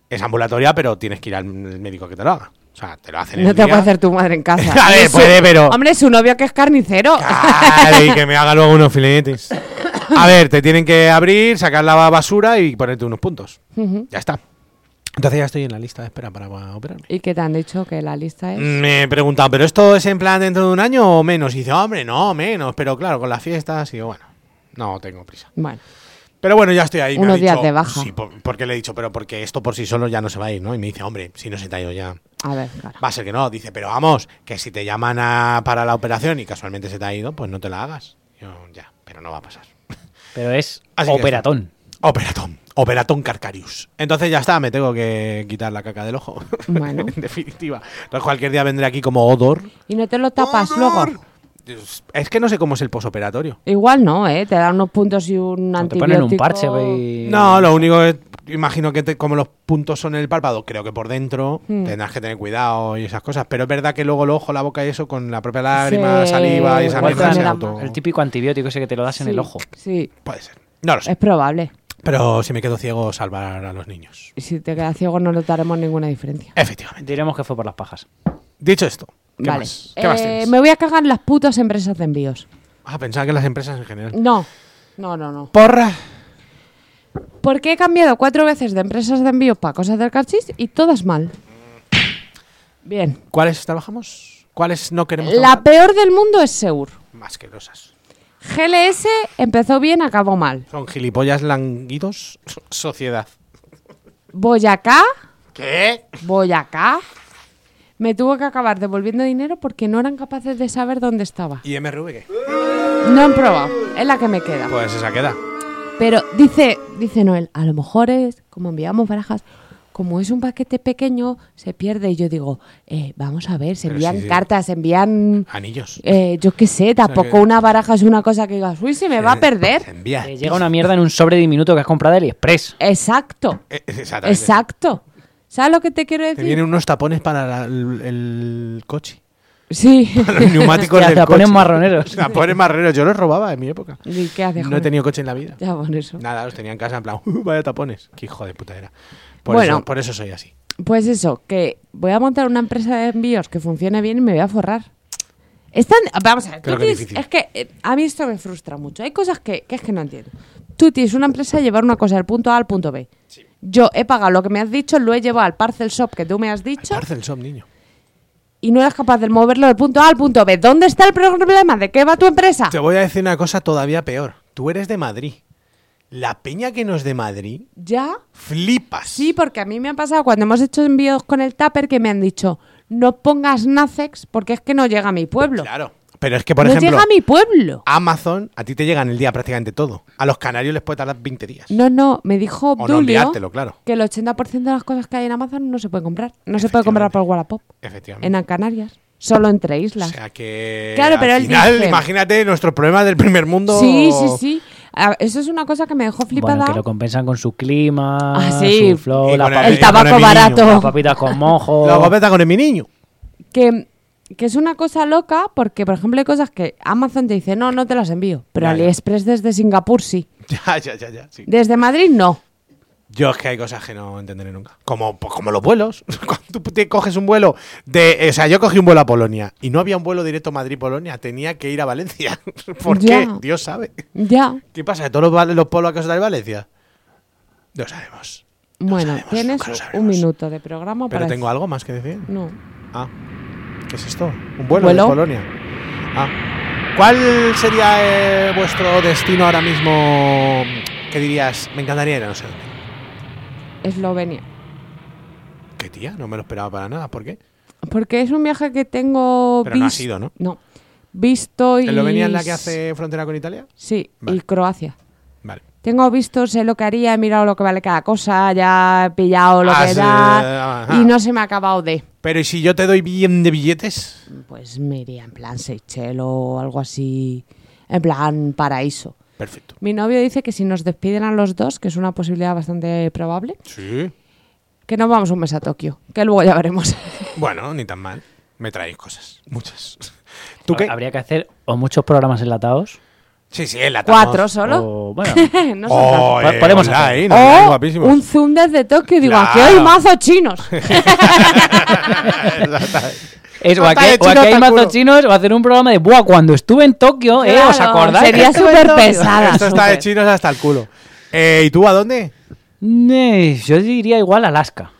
Speaker 3: Es ambulatoria, pero tienes que ir al médico que te lo haga. O sea, te lo hacen
Speaker 4: No
Speaker 3: el
Speaker 4: te
Speaker 3: día.
Speaker 4: puede hacer tu madre en casa.
Speaker 3: A ver,
Speaker 4: Y su-
Speaker 3: puede, pero-
Speaker 4: Hombre, su novio que es carnicero.
Speaker 3: Claro, y que me haga luego unos filetes. A ver, te tienen que abrir, sacar la basura y ponerte unos puntos.
Speaker 4: Ujú.
Speaker 3: Ya está. Entonces ya estoy en la lista de espera para operarme.
Speaker 4: ¿Y qué te han dicho que la lista es?
Speaker 3: Me preguntan, ¿pero esto es en plan dentro de un año o menos? Y dice, hombre, no, menos. Pero claro, con las fiestas y yo, bueno, no tengo prisa.
Speaker 4: Bueno,
Speaker 3: Pero bueno, ya estoy ahí. me
Speaker 4: Unos
Speaker 3: ha dicho-
Speaker 4: días de baja.
Speaker 3: Sí, por- porque le he dicho, pero porque esto por sí solo ya no se va a ir, ¿no? Y me dice, hombre, si no se te ha ido ya.
Speaker 4: a ver, claro.
Speaker 3: Va a ser que no. Dice, pero vamos, que si te llaman a- para la operación y casualmente se te ha ido, pues no te la hagas. Yo, ya, pero no va a pasar.
Speaker 5: Pero es
Speaker 3: Así que
Speaker 5: operatón.
Speaker 3: Operatón. Operatón Carcarius. Entonces ya está, me tengo que quitar la caca del ojo.
Speaker 4: Bueno.
Speaker 3: en definitiva. Entonces cualquier día vendré aquí como Odor.
Speaker 4: Y no te lo tapas luego.
Speaker 3: Es es que no sé cómo es el posoperatorio.
Speaker 4: Igual no, ¿eh? Te dan unos puntos y un
Speaker 5: No te
Speaker 4: antibiótico.
Speaker 5: ponen un parche y...
Speaker 3: No, lo único es, imagino que te- como los puntos son en el párpado, creo que por dentro
Speaker 4: Hmm.
Speaker 3: tendrás que tener cuidado y esas cosas. Pero es verdad que luego el ojo, la boca y eso, con la propia lágrima,
Speaker 4: Sí,
Speaker 3: saliva y esa
Speaker 4: igual
Speaker 3: mierda
Speaker 4: te
Speaker 3: se
Speaker 4: dan
Speaker 3: auto...
Speaker 5: Pues El típico antibiótico ese que te lo das en
Speaker 4: Sí,
Speaker 5: el ojo.
Speaker 4: Sí,
Speaker 3: Puede ser. No lo sé.
Speaker 4: es probable.
Speaker 3: Pero si me quedo ciego, salvar a los niños.
Speaker 4: Y si te quedas ciego no notaremos ninguna diferencia.
Speaker 3: Efectivamente.
Speaker 5: Diremos que fue por las pajas.
Speaker 3: Dicho esto, ¿qué
Speaker 4: vale.
Speaker 3: más? ¿Qué más
Speaker 4: Eh,
Speaker 3: tienes?
Speaker 4: me voy a cagar en las putas empresas de envíos.
Speaker 3: Ah, pensaba que las empresas en general.
Speaker 4: No, no, no, no.
Speaker 3: Porra.
Speaker 4: Porque he cambiado cuatro veces de empresas de envíos para cosas del cachis y todas mal. Bien.
Speaker 3: ¿Cuáles trabajamos? ¿Cuáles no queremos
Speaker 4: La
Speaker 3: trabajar?
Speaker 4: peor del mundo es Seur.
Speaker 3: Más que losas.
Speaker 4: GLS empezó bien, acabó mal.
Speaker 3: Son gilipollas languidos. so- Sociedad.
Speaker 4: Boyacá,
Speaker 3: ¿Qué?
Speaker 4: Boyacá. Me tuvo que acabar devolviendo dinero porque no eran capaces de saber dónde estaba.
Speaker 3: ¿Y MRV qué?
Speaker 4: No han probado, es la que me queda.
Speaker 3: Pues esa queda.
Speaker 4: Pero dice, dice Noel, a lo mejor es, como enviamos barajas, como es un paquete pequeño, se pierde. Y yo digo, eh, vamos a ver, se
Speaker 3: Pero
Speaker 4: envían
Speaker 3: sí, sí.
Speaker 4: cartas, se envían,
Speaker 3: Anillos.
Speaker 4: eh, yo qué sé, tampoco
Speaker 3: que-
Speaker 4: una baraja es una cosa que digas, uy, se me va a
Speaker 3: Se
Speaker 4: perder.
Speaker 3: envía.
Speaker 5: Te Eh, llega una mierda en un sobre diminuto que has comprado de AliExpress.
Speaker 4: Exacto,
Speaker 3: Eh, Exactamente.
Speaker 4: exacto. ¿Sabes lo que te quiero
Speaker 3: Te
Speaker 4: decir?
Speaker 3: vienen unos tapones para la- el, el coche.
Speaker 4: Sí.
Speaker 3: Los neumáticos
Speaker 5: Ya,
Speaker 3: del
Speaker 5: te la
Speaker 3: coche.
Speaker 5: ponen marroneros.
Speaker 3: Tapones marreros. Yo los robaba en mi época.
Speaker 4: ¿Y qué haces?
Speaker 3: No he tenido coche en la vida.
Speaker 4: Ya por eso.
Speaker 3: Nada, los tenía en casa en plan, "Uh, vaya tapones. Qué hijo de puta era. Por,
Speaker 4: Bueno.
Speaker 3: eso, por eso soy así.
Speaker 4: Pues eso, que voy a montar una empresa de envíos que funcione bien y me voy a forrar. Es tan- vamos a ver,
Speaker 3: Creo
Speaker 4: tú
Speaker 3: que es
Speaker 4: tienes-
Speaker 3: difícil.
Speaker 4: es que eh, a mí esto me frustra mucho. Hay cosas que, que es que no entiendo. Tú tienes una empresa de llevar una cosa del punto A al punto B. Yo he pagado lo que me has dicho, lo he llevado al parcel shop que tú me has dicho
Speaker 3: Parcel Shop, niño.
Speaker 4: y no eres capaz de moverlo del punto A al punto B. ¿Dónde está el problema? ¿De qué va tu empresa?
Speaker 3: Te voy a decir una cosa todavía peor. Tú eres de Madrid. La peña que no es de Madrid,
Speaker 4: Ya.
Speaker 3: flipas.
Speaker 4: Sí, porque a mí me ha pasado cuando hemos hecho envíos con el tupper que me han dicho no pongas Nacex porque es que no llega a mi pueblo.
Speaker 3: Claro. Pero es que, por
Speaker 4: no
Speaker 3: ejemplo, ah,
Speaker 4: llega a mi pueblo.
Speaker 3: Amazon, a ti te llegan el día prácticamente todo. A los canarios les puede tardar 20 días.
Speaker 4: No, no, me dijo
Speaker 3: no
Speaker 4: Obdulio
Speaker 3: enviártelo, claro.
Speaker 4: que el 80% de las cosas que hay en Amazon no se puede comprar. No se puede comprar por Wallapop
Speaker 3: Efectivamente.
Speaker 4: en Canarias, solo entre
Speaker 3: O
Speaker 4: islas.
Speaker 3: sea que.
Speaker 4: Claro,
Speaker 3: al
Speaker 4: pero él
Speaker 3: final,
Speaker 4: dice-
Speaker 3: imagínate nuestros problemas del primer mundo.
Speaker 4: sí, sí, sí. Ah, Eso es una cosa que me dejó
Speaker 5: Bueno,
Speaker 4: flipada.
Speaker 5: que lo compensan con su clima,
Speaker 4: Ah, sí.
Speaker 5: su flow,
Speaker 3: Y
Speaker 5: Oh, la
Speaker 3: con
Speaker 5: pap-
Speaker 3: eh,
Speaker 4: el tabaco
Speaker 3: con el
Speaker 4: barato.
Speaker 5: las papitas con mojo.
Speaker 3: La copeta con el mi niño.
Speaker 4: que, que es una cosa loca porque, por ejemplo, hay cosas que Amazon te dice, no, no te las envío. Pero
Speaker 3: Ya, ya.
Speaker 4: AliExpress desde Singapur sí.
Speaker 3: Ya, ya, ya, ya. sí.
Speaker 4: Desde Madrid no.
Speaker 3: Yo es que hay cosas que no entenderé nunca. Como, pues, como los vuelos. Cuando tú te coges un vuelo de. O sea, yo cogí un vuelo a Polonia y no había un vuelo directo Madrid-Polonia. Tenía que ir a Valencia. ¿Por
Speaker 4: Ya.
Speaker 3: qué? Dios sabe.
Speaker 4: Ya.
Speaker 3: ¿Qué pasa? ¿Que todos los, val- los polos acaso de Valencia? No sabemos. No
Speaker 4: Bueno,
Speaker 3: sabemos,
Speaker 4: tienes
Speaker 3: nunca lo
Speaker 4: un
Speaker 3: sabremos.
Speaker 4: minuto de programa
Speaker 3: Pero
Speaker 4: para...
Speaker 3: tengo algo más que decir.
Speaker 4: No.
Speaker 3: Ah, ¿qué es esto? ¿Un vuelo,
Speaker 4: ¿Vuelo?
Speaker 3: de Polonia? Ah. ¿Cuál sería eh, vuestro destino ahora mismo que dirías, me encantaría ir a no sé dónde?
Speaker 4: Eslovenia.
Speaker 3: ¿Qué tía? No me lo esperaba para nada. ¿Por qué?
Speaker 4: Porque es un viaje que tengo...
Speaker 3: Pero no ha
Speaker 4: vis-
Speaker 3: sido, ¿no?
Speaker 4: No. Visto y...
Speaker 3: ¿Eslovenia es la que hace frontera con Italia?
Speaker 4: Sí,
Speaker 3: Vale.
Speaker 4: y Croacia.
Speaker 3: Vale.
Speaker 4: Tengo visto, sé lo que haría, he mirado lo que vale cada cosa, ya he pillado lo
Speaker 3: Ah,
Speaker 4: que
Speaker 3: sí,
Speaker 4: da
Speaker 3: ajá.
Speaker 4: y no se me ha acabado de.
Speaker 3: Pero ¿y si yo te doy bien de billetes?
Speaker 4: Pues me iría en plan Seychelles o algo así, en plan paraíso.
Speaker 3: Perfecto.
Speaker 4: Mi novio dice que si nos despiden a los dos, que es una posibilidad bastante probable,
Speaker 3: Sí.
Speaker 4: que nos vamos un mes a Tokio, que luego ya veremos.
Speaker 3: Bueno, ni tan mal. Me traéis cosas. Muchas. ¿Tú qué?
Speaker 5: Pues Habría que hacer o muchos programas enlatados.
Speaker 3: Sí, sí, en la
Speaker 4: Cuatro solo.
Speaker 5: O, bueno,
Speaker 4: No son tantos.
Speaker 3: Oh,
Speaker 5: tantos.
Speaker 3: eh,
Speaker 5: Podemos
Speaker 3: hola,
Speaker 5: hacer.
Speaker 3: eh, nos
Speaker 4: O
Speaker 3: vemos guapísimos.
Speaker 4: un zoom desde Tokio, digo, aquí
Speaker 3: Claro.
Speaker 4: hay mazo chinos.
Speaker 5: es, o
Speaker 3: Hasta
Speaker 5: aquí,
Speaker 3: de
Speaker 5: o aquí
Speaker 3: chino
Speaker 5: hay
Speaker 3: hasta el
Speaker 5: mazos
Speaker 3: culo.
Speaker 5: chinos va a hacer un programa de Buah, cuando estuve en Tokio, ¿eh? ¿Os
Speaker 4: Claro,
Speaker 5: acordáis?
Speaker 4: Sería súper pesada.
Speaker 3: Esto está de chinos hasta el culo. Eh, ¿Y tú a dónde?
Speaker 5: Eh, Yo diría igual Alaska.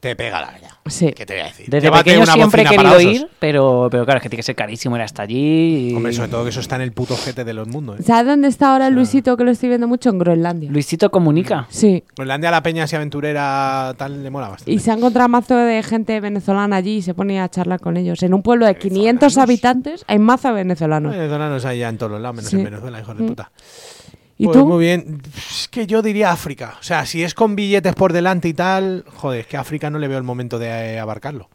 Speaker 3: Te pega la verdad.
Speaker 4: Sí.
Speaker 3: ¿Qué te voy a decir?
Speaker 5: Desde
Speaker 3: Llévate
Speaker 5: pequeño
Speaker 3: una
Speaker 5: siempre he
Speaker 3: bocina
Speaker 5: querido
Speaker 3: para
Speaker 5: ir,
Speaker 3: osos.
Speaker 5: pero, pero claro, es que tiene que ser carísimo ir hasta allí. y-
Speaker 3: Hombre, sobre todo que eso está en el puto jete del mundo. ¿eh?
Speaker 4: ¿Sabes dónde está ahora Luisito, que lo estoy viendo mucho? En Groenlandia.
Speaker 5: Luisito comunica.
Speaker 4: Sí.
Speaker 3: Holanda Pues la peña así aventurera tal le mola bastante.
Speaker 4: Y se ha encontrado mazo de gente venezolana allí y se pone a charlar con ellos. En un pueblo de 500 habitantes hay mazo venezolano.
Speaker 3: Venezolanos hay ya en todos los lados, menos
Speaker 4: Sí. Mm.
Speaker 3: en Venezuela, hijos de puta.
Speaker 4: ¿Y
Speaker 3: Pues
Speaker 4: tú?
Speaker 3: muy bien. Es que yo diría África. O sea, si es con billetes por delante y tal, joder, es que África no le veo el momento de eh, abarcarlo.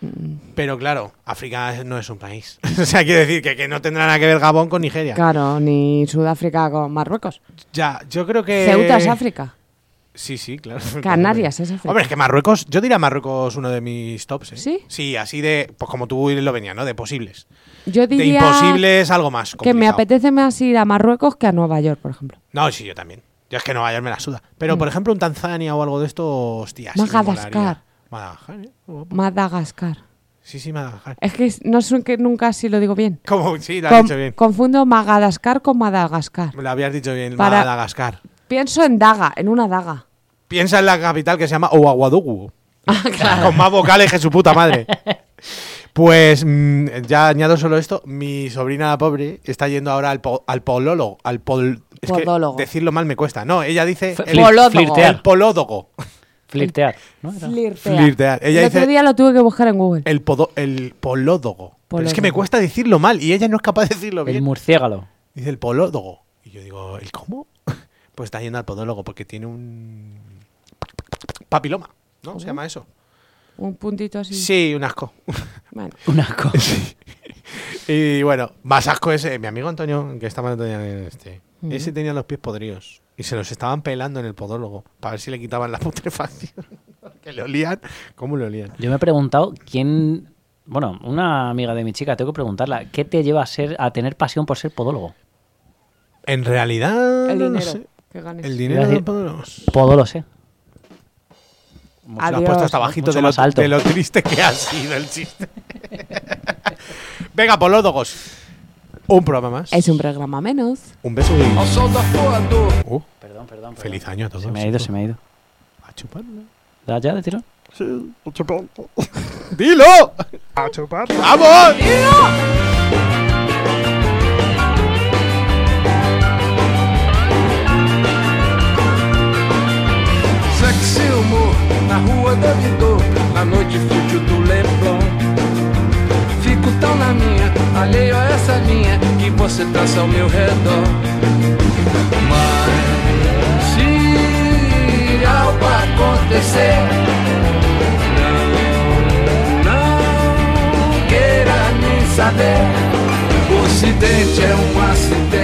Speaker 4: Mm.
Speaker 3: Pero claro, África no es un país. o sea, quiere decir que, que no tendrá nada que ver Gabón con Nigeria.
Speaker 4: Claro, ni Sudáfrica con Marruecos.
Speaker 3: Ya, yo creo que.
Speaker 4: Ceuta es África.
Speaker 3: Sí, sí, claro.
Speaker 4: Canarias es África.
Speaker 3: Hombre, es que Marruecos, yo diría Marruecos uno de mis tops. ¿eh?
Speaker 4: ¿Sí?
Speaker 3: Sí, así de, pues como tú lo venías, ¿no? De posibles.
Speaker 4: Yo
Speaker 3: De
Speaker 4: diría
Speaker 3: imposibles, algo más.
Speaker 4: que me
Speaker 3: complicado.
Speaker 4: apetece más ir a Marruecos que a Nueva York, por ejemplo.
Speaker 3: No, sí, yo también. Yo es que Nueva York me la suda. Pero, por ejemplo, un Tanzania o algo de esto, hostia. sí me
Speaker 4: Mm. Madagascar.
Speaker 3: molaría. Madagascar, ¿eh? Oh,
Speaker 4: Madagascar.
Speaker 3: Sí, sí, Madagascar.
Speaker 4: Es que no sé que nunca si lo digo bien.
Speaker 3: Como, sí, lo has
Speaker 4: Con-
Speaker 3: dicho bien.
Speaker 4: Confundo Madagascar con Madagascar.
Speaker 3: Lo habías dicho bien,
Speaker 4: Para-
Speaker 3: Madagascar.
Speaker 4: Pienso en daga, en una daga.
Speaker 3: Piensa en la capital que se llama Ouagadougou. Con más vocales que su puta madre. Pues mm, ya añado solo esto. Mi sobrina la pobre está yendo ahora al, po- al polólogo. Al pol- es que
Speaker 4: Podólogo.
Speaker 3: decirlo mal me cuesta. No, ella dice
Speaker 5: F-
Speaker 3: el,
Speaker 4: Polólogo.
Speaker 3: el
Speaker 5: Flirtear.
Speaker 3: polódogo.
Speaker 5: Flirtear. ¿no? Era-
Speaker 4: Flirtear.
Speaker 3: Flirtear. Ella
Speaker 4: el
Speaker 3: dice-
Speaker 4: otro día lo tuve que buscar en Google.
Speaker 3: El, podo- el polódogo. Pero es que me
Speaker 4: Polódogo.
Speaker 3: cuesta decirlo mal y ella no es capaz de decirlo
Speaker 5: El
Speaker 3: bien.
Speaker 5: murciélago.
Speaker 3: Dice el polódogo. Y yo digo, ¿el cómo? Pues está yendo al podólogo porque tiene un papiloma. ¿No? ¿Se llama eso?
Speaker 4: Un puntito así.
Speaker 3: Sí, un asco.
Speaker 4: Bueno,
Speaker 5: Una cosa.
Speaker 3: Y bueno, más asco ese. Mi amigo Antonio, que estaba el otro día en este, ese tenía los pies podridos. Y se los estaban pelando en el podólogo para ver si le quitaban la putrefacción. que le olían. ¿Cómo le olían?
Speaker 5: Yo me he preguntado quién. Bueno, una amiga de mi chica, tengo que preguntarla, ¿qué te lleva a ser, a tener pasión por ser podólogo?
Speaker 3: En realidad.
Speaker 4: el
Speaker 3: no lo
Speaker 4: dinero
Speaker 3: sé.
Speaker 4: que ganes.
Speaker 3: El dinero
Speaker 5: Iba a
Speaker 3: de
Speaker 5: decir-
Speaker 3: los podólogos.
Speaker 5: Podólogo sé.
Speaker 3: Se lo has
Speaker 4: Adiós.
Speaker 3: puesto hasta bajito
Speaker 5: Mucho
Speaker 3: de lo,
Speaker 5: más alto.
Speaker 3: de lo triste que ha sido el chiste. Venga, polódogos. Un programa más.
Speaker 4: Es un programa menos.
Speaker 3: Un beso. y- Uh,
Speaker 5: Perdón, perdón.
Speaker 3: feliz año a todos.
Speaker 5: Oh. Se me ha ido, se me ha ido.
Speaker 3: A chuparlo.
Speaker 5: ¿Da ya de tirón?
Speaker 3: ¡Dilo! A chuparlo. ¡Vamos!
Speaker 2: Sexy humor na rua da Vidor, na noite fútil do Leblon. Fico tão na minha, alheio a essa linha que você traça ao meu redor. Mas se algo acontecer, não, não queira nem saber. O acidente é um acidente.